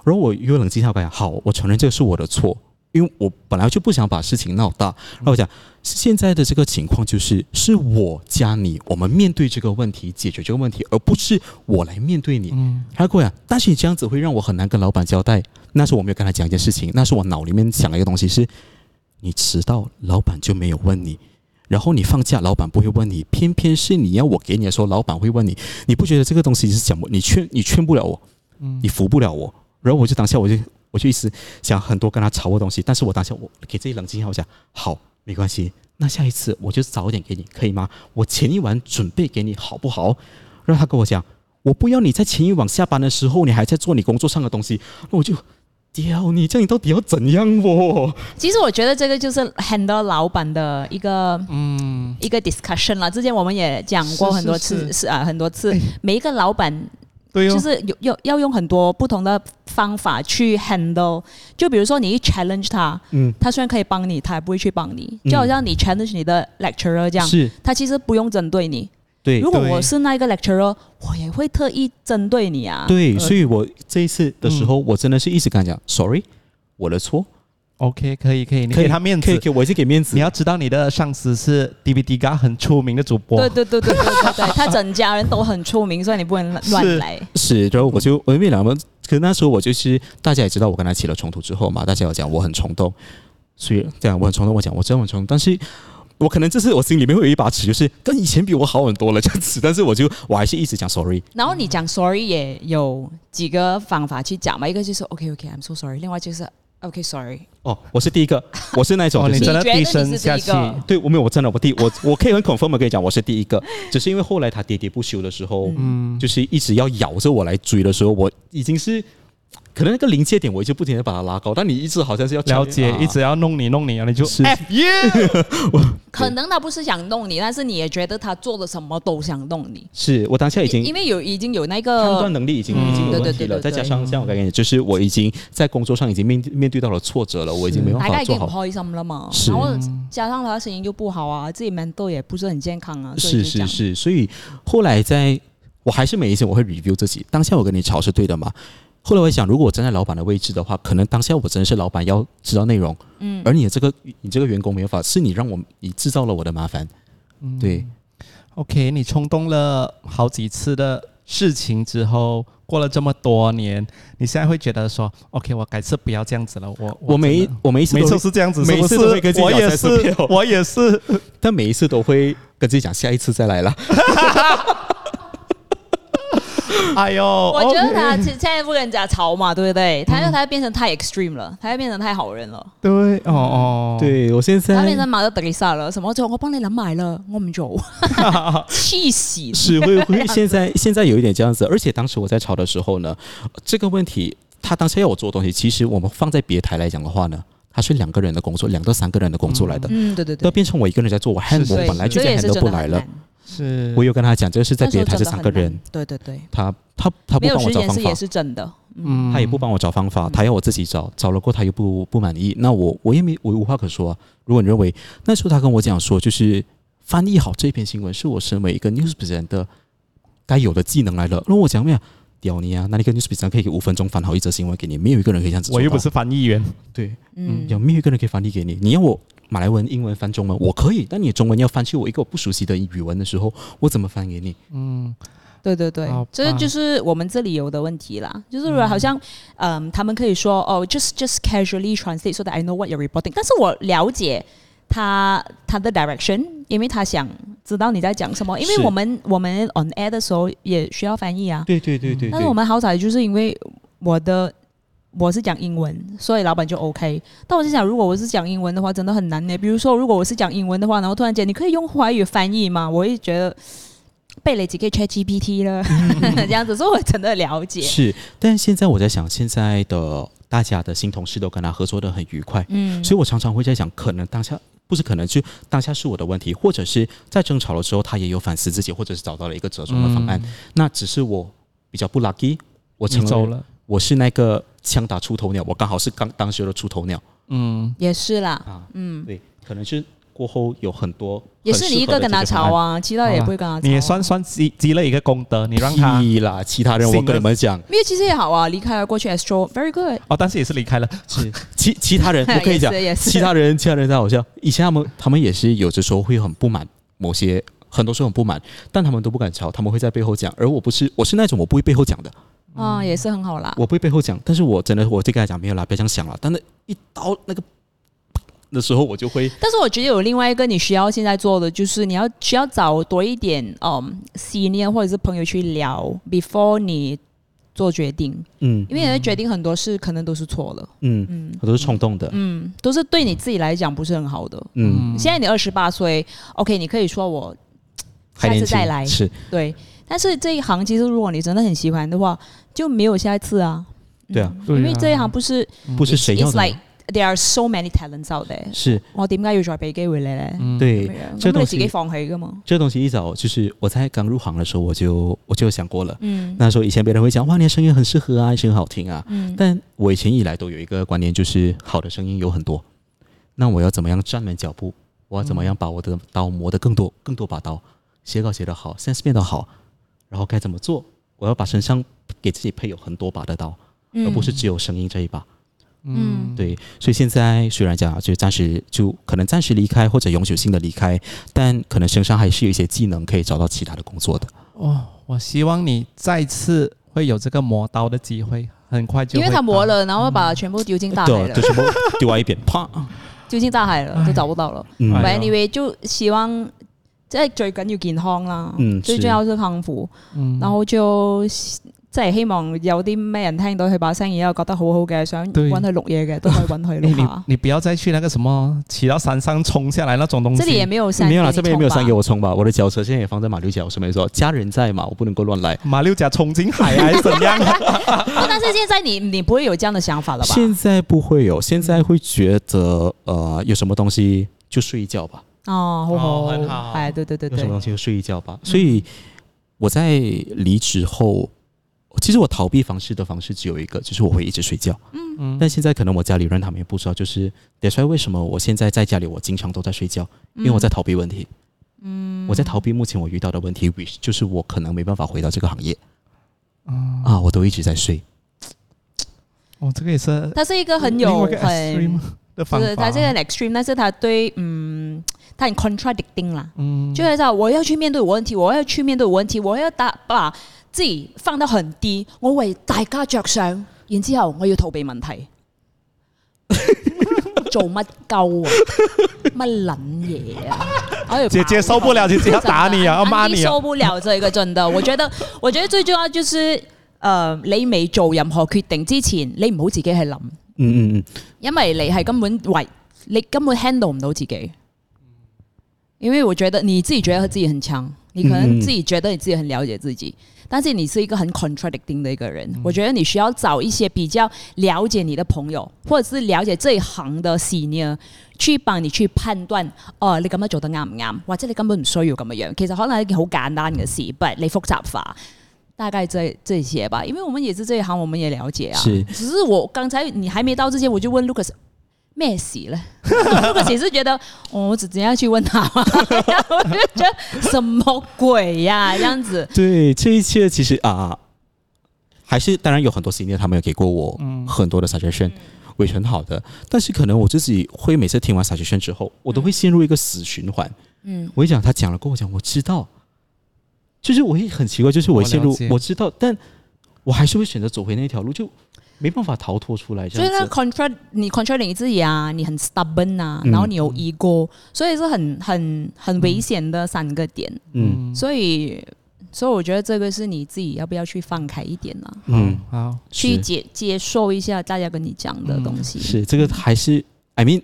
Speaker 1: 然后我又冷静下来，我跟他讲，好，我承认这个是我的错，因为我本来就不想把事情闹大，然后我讲，现在的这个情况就是是我加你，我们面对这个问题，解决这个问题，而不是我来面对你。他跟我讲，但是你这样子会让我很难跟老板交代。那时候我没有跟他讲一件事情，那是我脑里面想了一个东西是，你迟到，老板就没有问你。然后你放假，老板不会问你，偏偏是你要我给你的时候，老板会问你。你不觉得这个东西是讲不？你劝你劝不了我，你服不了我。然后我就当下我就我就一直想很多跟他吵的东西，但是我当下我给自己冷静一下，我想好，没关系，那下一次我就早点给你，可以吗？我前一晚准备给你好不好？然后他跟我讲，我不要你在前一晚下班的时候，你还在做你工作上的东西，那我就。屌你！这样你到底要怎样哦？
Speaker 3: 其实我觉得这个就是很多老板的一个
Speaker 2: 嗯，
Speaker 3: 一个 discussion 啦。之前我们也讲过
Speaker 2: 是
Speaker 3: 很多
Speaker 2: 是
Speaker 3: 次，
Speaker 2: 是哎
Speaker 3: 是啊，很多次。每一个老板
Speaker 2: 对
Speaker 3: 就
Speaker 2: 哦，
Speaker 3: 是有有要用很多不同的方法去 handle。就比如说你一 challenge 他，
Speaker 1: 嗯
Speaker 3: 他虽然可以帮你，他也不会去帮你。
Speaker 1: 嗯
Speaker 3: 就好像你 challenge 你的 lecturer 这样，
Speaker 1: 是
Speaker 3: 他其实不用针对你。
Speaker 1: 对
Speaker 3: 如果
Speaker 2: 哎对
Speaker 3: 我是那一个 lecturer，我也会特意针对你啊。
Speaker 1: 对，
Speaker 3: 呃
Speaker 1: 所以我这一次的时
Speaker 2: 嗯
Speaker 1: 候，我真的是一直跟他讲，sorry，我的错，
Speaker 2: OK，可以可以，你
Speaker 1: 可以
Speaker 2: 给他面
Speaker 1: 可以
Speaker 2: 子。
Speaker 1: 给我一直给面子
Speaker 2: 你。要知道，你的上司是 DVD 嘎很出名的主播。
Speaker 3: 对对对对对对对，他整家人都很出名，所以你不能乱乱
Speaker 2: 是
Speaker 3: 来。
Speaker 1: 是，然后我就我因为两个，可是那时候我就是大家也知道我跟他起了冲突之后嘛，大家有讲我很冲动，所以这样我很冲动，我讲我真的很冲动，但是。我可能这是我心里面会有一把尺，就是跟以前比我好很多了这样子，但是我就我还是一直讲 sorry，
Speaker 3: 然后你
Speaker 1: 嗯
Speaker 3: 讲 sorry 也有几个方法去讲嘛，一个就是 OK OK I'm so sorry，另外就是 OK OK sorry，
Speaker 1: 哦，我是第 一个，我是那一种
Speaker 2: 哦，
Speaker 1: 就
Speaker 2: 你
Speaker 1: 是
Speaker 2: 真。的
Speaker 3: 你觉得
Speaker 2: 低
Speaker 3: 你
Speaker 2: 声
Speaker 3: 是
Speaker 2: 下
Speaker 3: 第一
Speaker 2: 气
Speaker 3: 个，
Speaker 1: 对，我没有，我真的，我第我我可以很 confirm 的跟你讲，我是第一个，只是因为后来他喋喋不休的时候，
Speaker 2: 嗯，
Speaker 1: 就是一直要咬着我来追的时候，我已经是可能那个临界点，我就不停的把它拉高，但你一直好像是要超
Speaker 2: 了
Speaker 1: 越
Speaker 2: 解
Speaker 1: 啊，
Speaker 2: 一直要弄你弄你，然后你就是 F you，
Speaker 3: 可能他不是想弄你，但是你也觉得他做了什么都想弄你，
Speaker 1: 是我当下已经
Speaker 3: 因为有已经有那
Speaker 1: 判断
Speaker 3: 个
Speaker 1: 能力已经
Speaker 2: 嗯
Speaker 1: 已经有问题
Speaker 3: 对对对
Speaker 1: 了，
Speaker 3: 对
Speaker 1: 再加上像我刚才讲，就是我已经在工作上已经面面对到了挫折了，我已经没办
Speaker 3: 嗯大
Speaker 1: 法
Speaker 3: 家已
Speaker 1: 做
Speaker 3: 经唔
Speaker 1: 好。
Speaker 3: 开心了嘛，
Speaker 1: 是
Speaker 3: 然后加上他的声音又不好啊，自己 mental 也不是很健康啊，所
Speaker 1: 是
Speaker 3: 以就这
Speaker 1: 是
Speaker 3: 样，
Speaker 1: 是，所以后来在我还是每一次我会 review 自己，当下我跟你吵是对的嘛？后来我想，如果我站在老板的位置的话，可能当下我真的是老板要知道内容，
Speaker 3: 嗯，
Speaker 1: 而你的这个你这个员工没有法，是你让我你制造了我的麻烦，
Speaker 2: 嗯
Speaker 1: 对。
Speaker 2: OK，你冲动了好几次的事情之后，过了这么多年，你现在会觉得说，OK，我改次不要这样子了。我
Speaker 1: 我每一
Speaker 2: 真的
Speaker 1: 我每一次
Speaker 2: 每
Speaker 1: 都
Speaker 2: 次
Speaker 1: 会，
Speaker 2: 是这样子，
Speaker 1: 每次
Speaker 2: 是不
Speaker 1: 都
Speaker 2: 是
Speaker 1: 会跟自己
Speaker 2: 我
Speaker 1: 咬
Speaker 2: 也
Speaker 1: 三四
Speaker 2: 是
Speaker 1: 票，
Speaker 2: 我也是。
Speaker 1: 但每一次都会跟自己讲下一次再来啦。
Speaker 2: 哎呦，
Speaker 3: 我
Speaker 2: 我
Speaker 1: 哦
Speaker 3: 觉得他其实现在不跟人家吵嘛，对不对？他
Speaker 1: 嗯
Speaker 3: 因为他变成太 extreme 了，他变成太好人了，
Speaker 2: 对哦哦，
Speaker 1: 对我现
Speaker 3: 他变成
Speaker 1: 在
Speaker 3: 马德德丽莎了，什么就我帮你谂埋啦，我 唔做， 气死！
Speaker 1: 是会会现在 现在有一点这样子，而且当时我在吵的时候呢，这个问题他当下要我做的东西，其实我们放在别台来讲的话呢，它是两个人的工作，两到三个人的工作来的，
Speaker 3: 嗯，对对对
Speaker 1: 都，变成我一个人在做，我 hand
Speaker 2: 是
Speaker 1: 我
Speaker 3: 对
Speaker 1: 本来就
Speaker 3: 这
Speaker 1: 在
Speaker 3: 也是
Speaker 1: handle
Speaker 3: 真
Speaker 1: 不
Speaker 3: 的
Speaker 1: 来
Speaker 3: 很
Speaker 1: 了
Speaker 3: 难，，
Speaker 2: 是
Speaker 1: 我有跟他讲，这个是在别台是
Speaker 3: 但是真的
Speaker 1: 三个
Speaker 3: 很难
Speaker 1: 人，，
Speaker 3: 对对对，
Speaker 1: 他他他不
Speaker 3: 没有
Speaker 1: 帮我
Speaker 3: 时
Speaker 1: 找
Speaker 3: 间
Speaker 1: 方
Speaker 3: 是
Speaker 1: 法
Speaker 3: 也。是真的，嗯，
Speaker 2: 嗯
Speaker 1: 他也不帮我找方法，他要我自己找，找了过他又不不满意，那我我也没我无话可说啊、如果你认为那时候他跟我讲说，就是翻译好这篇新闻是我身为一个 news presenter 该有的技能来了，那我讲没有。屌你啊！那你跟 news presenter 可以给五分钟翻好一则新闻给你，没有一个人可以这样子做
Speaker 2: 我
Speaker 1: 到。
Speaker 2: 又不是翻译员，
Speaker 1: 对，
Speaker 3: 嗯
Speaker 1: 有没有一个人可以翻译给你？你要我马来文、英文翻中文，我可以，但你的中文要翻去我一个我不熟悉的语文的时候，我怎么翻给你？
Speaker 2: 嗯，
Speaker 3: 对对对
Speaker 2: 好吧，
Speaker 3: 这就是我们这里有的问题啦。就是如果好像，嗯，他们可以说哦，just just casually translate so that I know what you're reporting。但是我了解他他的 direction，因为他想知道你在讲什么。因为
Speaker 1: 是
Speaker 3: 我们我们 on air 的时候也需要翻译啊。
Speaker 1: 对对对对
Speaker 3: 但是我们好歹就是因为我的我是讲英文，所以老板就 OK。但我就想，如果我是讲英文的话，真的很难呢。比如说，如果我是讲英文的话，然后突然间你可以用华语翻译吗？我会觉得被你几个 Chat GPT 了，这样子，所以我真的了解。
Speaker 1: 是，但现在我在想，现在的大家的新同事都跟他合作的很愉快，
Speaker 3: 嗯，
Speaker 1: 所以我常常会在想，可能当下不是可能，就当下是我的问题，或者是在争吵的时候，他也有反思自己，或者是找到了一个折中的方案。
Speaker 3: 嗯
Speaker 1: 那只是我比较不 lucky，我
Speaker 2: 嗯你
Speaker 1: 成
Speaker 2: 走
Speaker 3: 嗯
Speaker 1: 了
Speaker 2: 了，
Speaker 1: 我是那个枪打出头鸟，我刚好是刚当时的出头鸟
Speaker 2: 嗯，
Speaker 3: 也是啦，
Speaker 1: 啊，
Speaker 3: 嗯，
Speaker 1: 对，可能是过后有很多
Speaker 3: 也是你一个跟他吵
Speaker 1: 啊。
Speaker 3: 啊，其他人也不会跟他吵、啊。
Speaker 2: 你也算算积积了一个功德，你让他
Speaker 1: 屁 啦！其他人我跟你们讲，
Speaker 3: 因为其实也好啊，离开了过去 Astro very good，
Speaker 2: 哦，但是也是离开了，
Speaker 1: 其其他人我跟你讲，
Speaker 3: 也是也是
Speaker 1: 其他人，其他人在好笑。以前他们他们也是有的时候会很不满某些，很多时候很不满，但他们都不敢吵，他们会在背后讲。而我不是，我是那种我不会背后讲的，
Speaker 3: 啊，也是很好啦。
Speaker 1: 我不会背后讲，但是我真的我就跟他讲没有啦，别这样想了。但那一刀那个的时候，我就会
Speaker 3: 但是我觉得有另外一个你需要现在做的，就是你要需要找多一点嗯 senior 或者是朋友去聊，before 你做决定，
Speaker 1: 嗯
Speaker 3: 因为你的决定很多事可能都是错的，
Speaker 1: 嗯，
Speaker 3: 嗯
Speaker 1: 我都是冲动的，
Speaker 3: 嗯，都是对你自己来讲不是很好的。
Speaker 1: 嗯，
Speaker 3: 现在你二十八岁，OK，你可以说我
Speaker 1: 还
Speaker 3: 下次
Speaker 1: 年轻
Speaker 3: 再来
Speaker 1: 是
Speaker 3: 对，但是这一行其实如果你真的很喜欢的话，就没有下一次啊。
Speaker 1: 对啊
Speaker 2: 对啊
Speaker 3: 因为这一行不是
Speaker 1: 不是谁要
Speaker 3: it's
Speaker 1: 的
Speaker 3: like there are so many talents out there，
Speaker 1: 是
Speaker 3: 我點解要再俾機會你咧？
Speaker 1: 对
Speaker 3: 咁。樣
Speaker 1: 這
Speaker 3: 咁
Speaker 1: 東
Speaker 3: 你
Speaker 1: 西
Speaker 3: 自己放棄噶嘛？
Speaker 1: 这东西一早就是我在刚入行的时候，我就我就有想过了。
Speaker 3: 嗯
Speaker 1: 那时候以前别人会讲哇，你的声音很适合啊，你声音很好听啊，
Speaker 3: 嗯，
Speaker 1: 但我以前以来都有一个观念，就是好的声音有很多，那我要怎么样站稳脚步？我要怎么样把我的刀磨得更多更多把刀？写稿写得好，sense 变得好，然后该怎么做？我要把身上给自己配有很多把的刀，而不是只有声音这一把。
Speaker 3: 嗯
Speaker 1: 对，所以现在虽然讲就暂时就可能暂时离开或者永久性的离开，但可能身上还是有一些技能可以找到其他的工作的。
Speaker 2: 哦，我希望你再次会有这个磨刀的机会，很快就
Speaker 3: 因
Speaker 2: 会
Speaker 3: 为他磨
Speaker 2: 到，
Speaker 3: 了，然后把全部丢进大
Speaker 1: 嗯
Speaker 3: 海
Speaker 1: 对，啊
Speaker 3: 了
Speaker 1: 就，全部丢在一边，啪。
Speaker 3: 丢进大海了，都找不到了。
Speaker 1: 嗯
Speaker 2: 哎
Speaker 3: But
Speaker 2: 呀
Speaker 3: anyway，就希望即係最緊要健康啦，
Speaker 1: 嗯
Speaker 3: 最
Speaker 1: 是
Speaker 3: 重要是康復，
Speaker 2: 嗯
Speaker 3: 然後就即係希望有啲咩人聽到佢把聲，然之後覺得好好嘅，想
Speaker 2: 對
Speaker 3: 揾佢錄嘢嘅，都可以揾佢
Speaker 2: 哎
Speaker 3: 錄
Speaker 2: 你
Speaker 3: 下。
Speaker 2: 你不要再去那个什么骑到山上冲下来那种东
Speaker 3: 这里也
Speaker 2: 西，
Speaker 3: 没有山，
Speaker 1: 没有啦，这边也没有山给
Speaker 3: 我。
Speaker 1: 我冲吧？我的脚车现在也放在马六甲，我是没说，家人在嘛，我不能够乱来。
Speaker 2: 马六甲冲进海啊还是怎 样？
Speaker 3: 但是现在你你不会有这样的想法了吧？
Speaker 1: 现在不会有，现在会觉得呃，有什么东西就睡一觉吧，
Speaker 3: 哦，好好，
Speaker 2: 哦很好
Speaker 3: 哎，对对对
Speaker 1: 有什
Speaker 3: 对
Speaker 1: 么，东西就睡一觉吧。所以我在离职后，其实我逃避方式的方式只有一个，就是我会一直睡觉。
Speaker 2: 嗯
Speaker 1: 但现在可能我家里人他们也不知道，就是得说为什么我现在在家里我经常都在睡觉，因为我在逃避问题。嗯，我在逃避目前我遇到的问题，which 就是我可能没办法回到这个行业。
Speaker 2: 嗯
Speaker 1: 啊，我都一直在睡。
Speaker 2: 哦，这个也是
Speaker 3: 它是一个很
Speaker 2: 另
Speaker 3: 有
Speaker 2: 外一个
Speaker 3: 很
Speaker 2: extreme 的
Speaker 3: 不
Speaker 2: 方
Speaker 3: 是，
Speaker 2: 法啊
Speaker 3: 它。是很 extreme，但是它对嗯，它很 contradicting 啦。
Speaker 2: 嗯，
Speaker 3: 就是说我要去面对我问题，我要去面对我问题，我要打把自己放得很低，我為大家着想，然之後我要逃避 問題，做乜鳩啊？乜撚嘢啊？哎呦
Speaker 2: 姐姐受不了姐姐要打你 啊要罵你啊
Speaker 3: 受不了這個真的，我覺得，我覺得最重要就是，呃，你未做任何決定之前，你唔好自己去諗，
Speaker 1: 嗯嗯嗯，
Speaker 3: 因為你係根本為你根本 handle 唔到自己。因为我觉得你自己觉得自己很强，你可能自己觉得你自己很了解自己，但是你是一个很 contradicting 的一个人。我觉得你需要找一些比较了解你的朋友，或者是了解这一行的 senior，去帮你去判断，哦、你咁样做得啱唔啱，或者你根本唔需要咁樣。其實可能係一件好簡單嘅事，but 你複雜化。大概這这些吧，因為我們也是這一行，我們也了解啊。
Speaker 1: 是
Speaker 3: 只是我剛才你還沒到之前，我就問 Lucas 咩事呢？Lucas 也是覺得哦我只等下去問他嘛， 然後我就覺得什麼鬼呀、这样子。
Speaker 1: 对，这一切其实啊，还是当然有很多 senior 他们有给过我
Speaker 3: 嗯
Speaker 1: 很多的 suggestion，、也很好的。但是可能我自己会每次听完 suggestion 之后，我都会陷入一个死循环。
Speaker 3: 嗯，
Speaker 1: 我一讲他讲了跟我讲，我知道，就是我也很奇怪，就是我陷入
Speaker 2: 我了解
Speaker 1: 我知道，但我还是会选择走回那条路，就没办法逃脱出来这
Speaker 3: 所以呢
Speaker 1: 样子。
Speaker 3: ，control 你 control 你自己啊，你很 stubborn 啊，然后你有 ego，、所以是很很很危险的三个点。
Speaker 1: 嗯
Speaker 3: 所以，所以我觉得这个是你自己要不要去放开一点啊，
Speaker 1: 嗯，
Speaker 2: 好，
Speaker 3: 去
Speaker 1: 是嗯
Speaker 3: 接接受一下大家跟你讲的东西。
Speaker 1: 是这个还是 I mean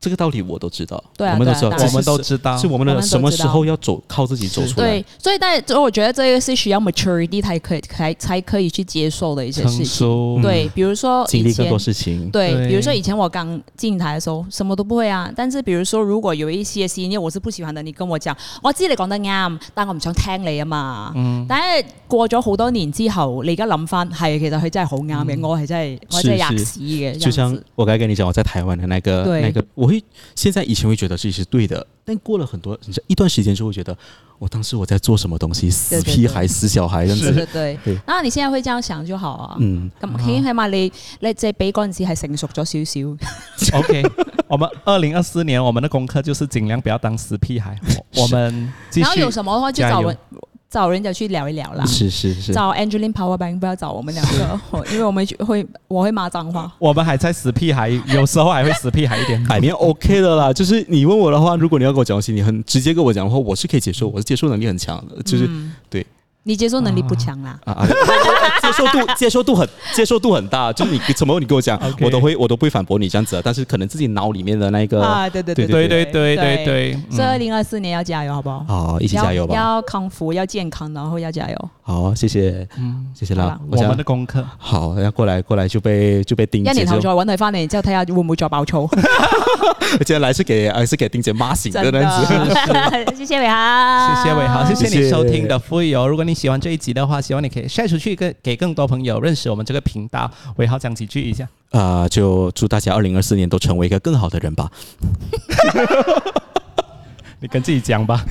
Speaker 1: 这个道理我都知道，
Speaker 3: 对啊
Speaker 1: 我们都
Speaker 3: 对啊
Speaker 1: 知道，
Speaker 3: 对啊
Speaker 1: 这
Speaker 2: 我
Speaker 1: 是
Speaker 2: 们都知道，
Speaker 1: 是我们
Speaker 3: 我
Speaker 1: 的
Speaker 3: 们都
Speaker 1: 什么
Speaker 3: 知
Speaker 1: 时
Speaker 3: 道
Speaker 1: 候要走靠自己走出来
Speaker 3: 嗯对。，所以但是我觉得这个是需要 maturity 才可以才才可以去接受的一些
Speaker 2: 成
Speaker 3: 事情。
Speaker 2: 熟，
Speaker 3: 对，比如说
Speaker 1: 嗯经
Speaker 3: 以
Speaker 1: 历更
Speaker 3: 前
Speaker 1: 多事情。
Speaker 3: 对，
Speaker 2: 对
Speaker 3: 比如说以前我刚进台的时候，什么都不会啊。但是比如说，如果有一些 s e 我是不喜歡嘅，你跟我講，我知你講得啱，但我唔想聽你啊嘛。但係過咗好多年之後，你而家諗翻，係其實佢真係好啱嘅，我係真係我真係吔屎嘅，
Speaker 1: 就
Speaker 3: 這樣
Speaker 1: 像
Speaker 3: 子
Speaker 1: 我刚才跟你讲，我在台湾的那个
Speaker 3: 对
Speaker 1: 那个，我会现在以前会觉得自己是对的，但过了很多一段时间就会觉得，我当时我在做什么东西，死
Speaker 3: 对对
Speaker 1: 屁孩、死小孩这样
Speaker 3: 對
Speaker 1: 子。
Speaker 3: 對對
Speaker 1: 對。
Speaker 3: 啊，你現在可以這樣想就好啊。
Speaker 1: 嗯，
Speaker 3: 咁起起碼你你即係比嗰陣時係成熟咗少少。
Speaker 2: OK，我们二零二四年我们的功课就是尽量不要当死屁孩， 我我们继
Speaker 3: 然後
Speaker 2: 续
Speaker 3: 有。什麼的話就
Speaker 2: 加
Speaker 3: 找
Speaker 2: 油
Speaker 3: 人找人就去聊一聊啦。
Speaker 1: 是是是，
Speaker 3: 找 Angeline Powerbank 不要找我們兩 個，因為我們會我會罵脏話。
Speaker 2: 我们还在死屁孩，有时候还会死屁孩一点。
Speaker 1: 海绵 OK 的啦。就是你问我的话，如果你要跟我讲东西，你很直接跟我讲的话，我是可以接受，我是接受能力很强的，就是、
Speaker 3: 嗯
Speaker 1: 对
Speaker 3: 你接受能力不强啦。
Speaker 1: 啊啊， 接受度接受度很接受度很大，就是你什么你跟我讲
Speaker 2: OK
Speaker 1: 我都会我都不会反驳你这样子啊。但是可能自己脑里面的那一个
Speaker 3: 啊，对对
Speaker 1: 哦对
Speaker 2: 对对对
Speaker 3: 对
Speaker 2: 对对，
Speaker 3: 所以二
Speaker 2: 嗯
Speaker 3: 零二四年要加油，好不好？
Speaker 1: 好，一起加油
Speaker 3: 要
Speaker 1: 吧！
Speaker 3: 要康复，要健康，然后要加油，
Speaker 1: 好，谢谢，谢谢
Speaker 3: 好
Speaker 1: 啦
Speaker 3: 啦。
Speaker 2: 嗯我
Speaker 1: 想
Speaker 2: 们的功课，
Speaker 1: 好，然后过来过来就被就被丁
Speaker 3: 一
Speaker 1: 姐
Speaker 3: 年後 再
Speaker 1: 就，
Speaker 3: 揾佢翻嚟，之後睇下會唔會再爆粗。
Speaker 1: 接下来是给还是给丁姐骂醒的
Speaker 3: 真
Speaker 1: 那样子。
Speaker 3: 的，谢谢伟豪，
Speaker 2: 谢谢伟豪，谢
Speaker 1: 啊谢
Speaker 2: 谢你收听的富有。如果你喜欢这一集的话，希望你可以晒出去，跟给更多朋友认识我们这个频道。伟豪讲几句一下，
Speaker 1: 啊、就祝大家二零二四年都成为一个更好的人吧。
Speaker 2: 你跟自己讲吧。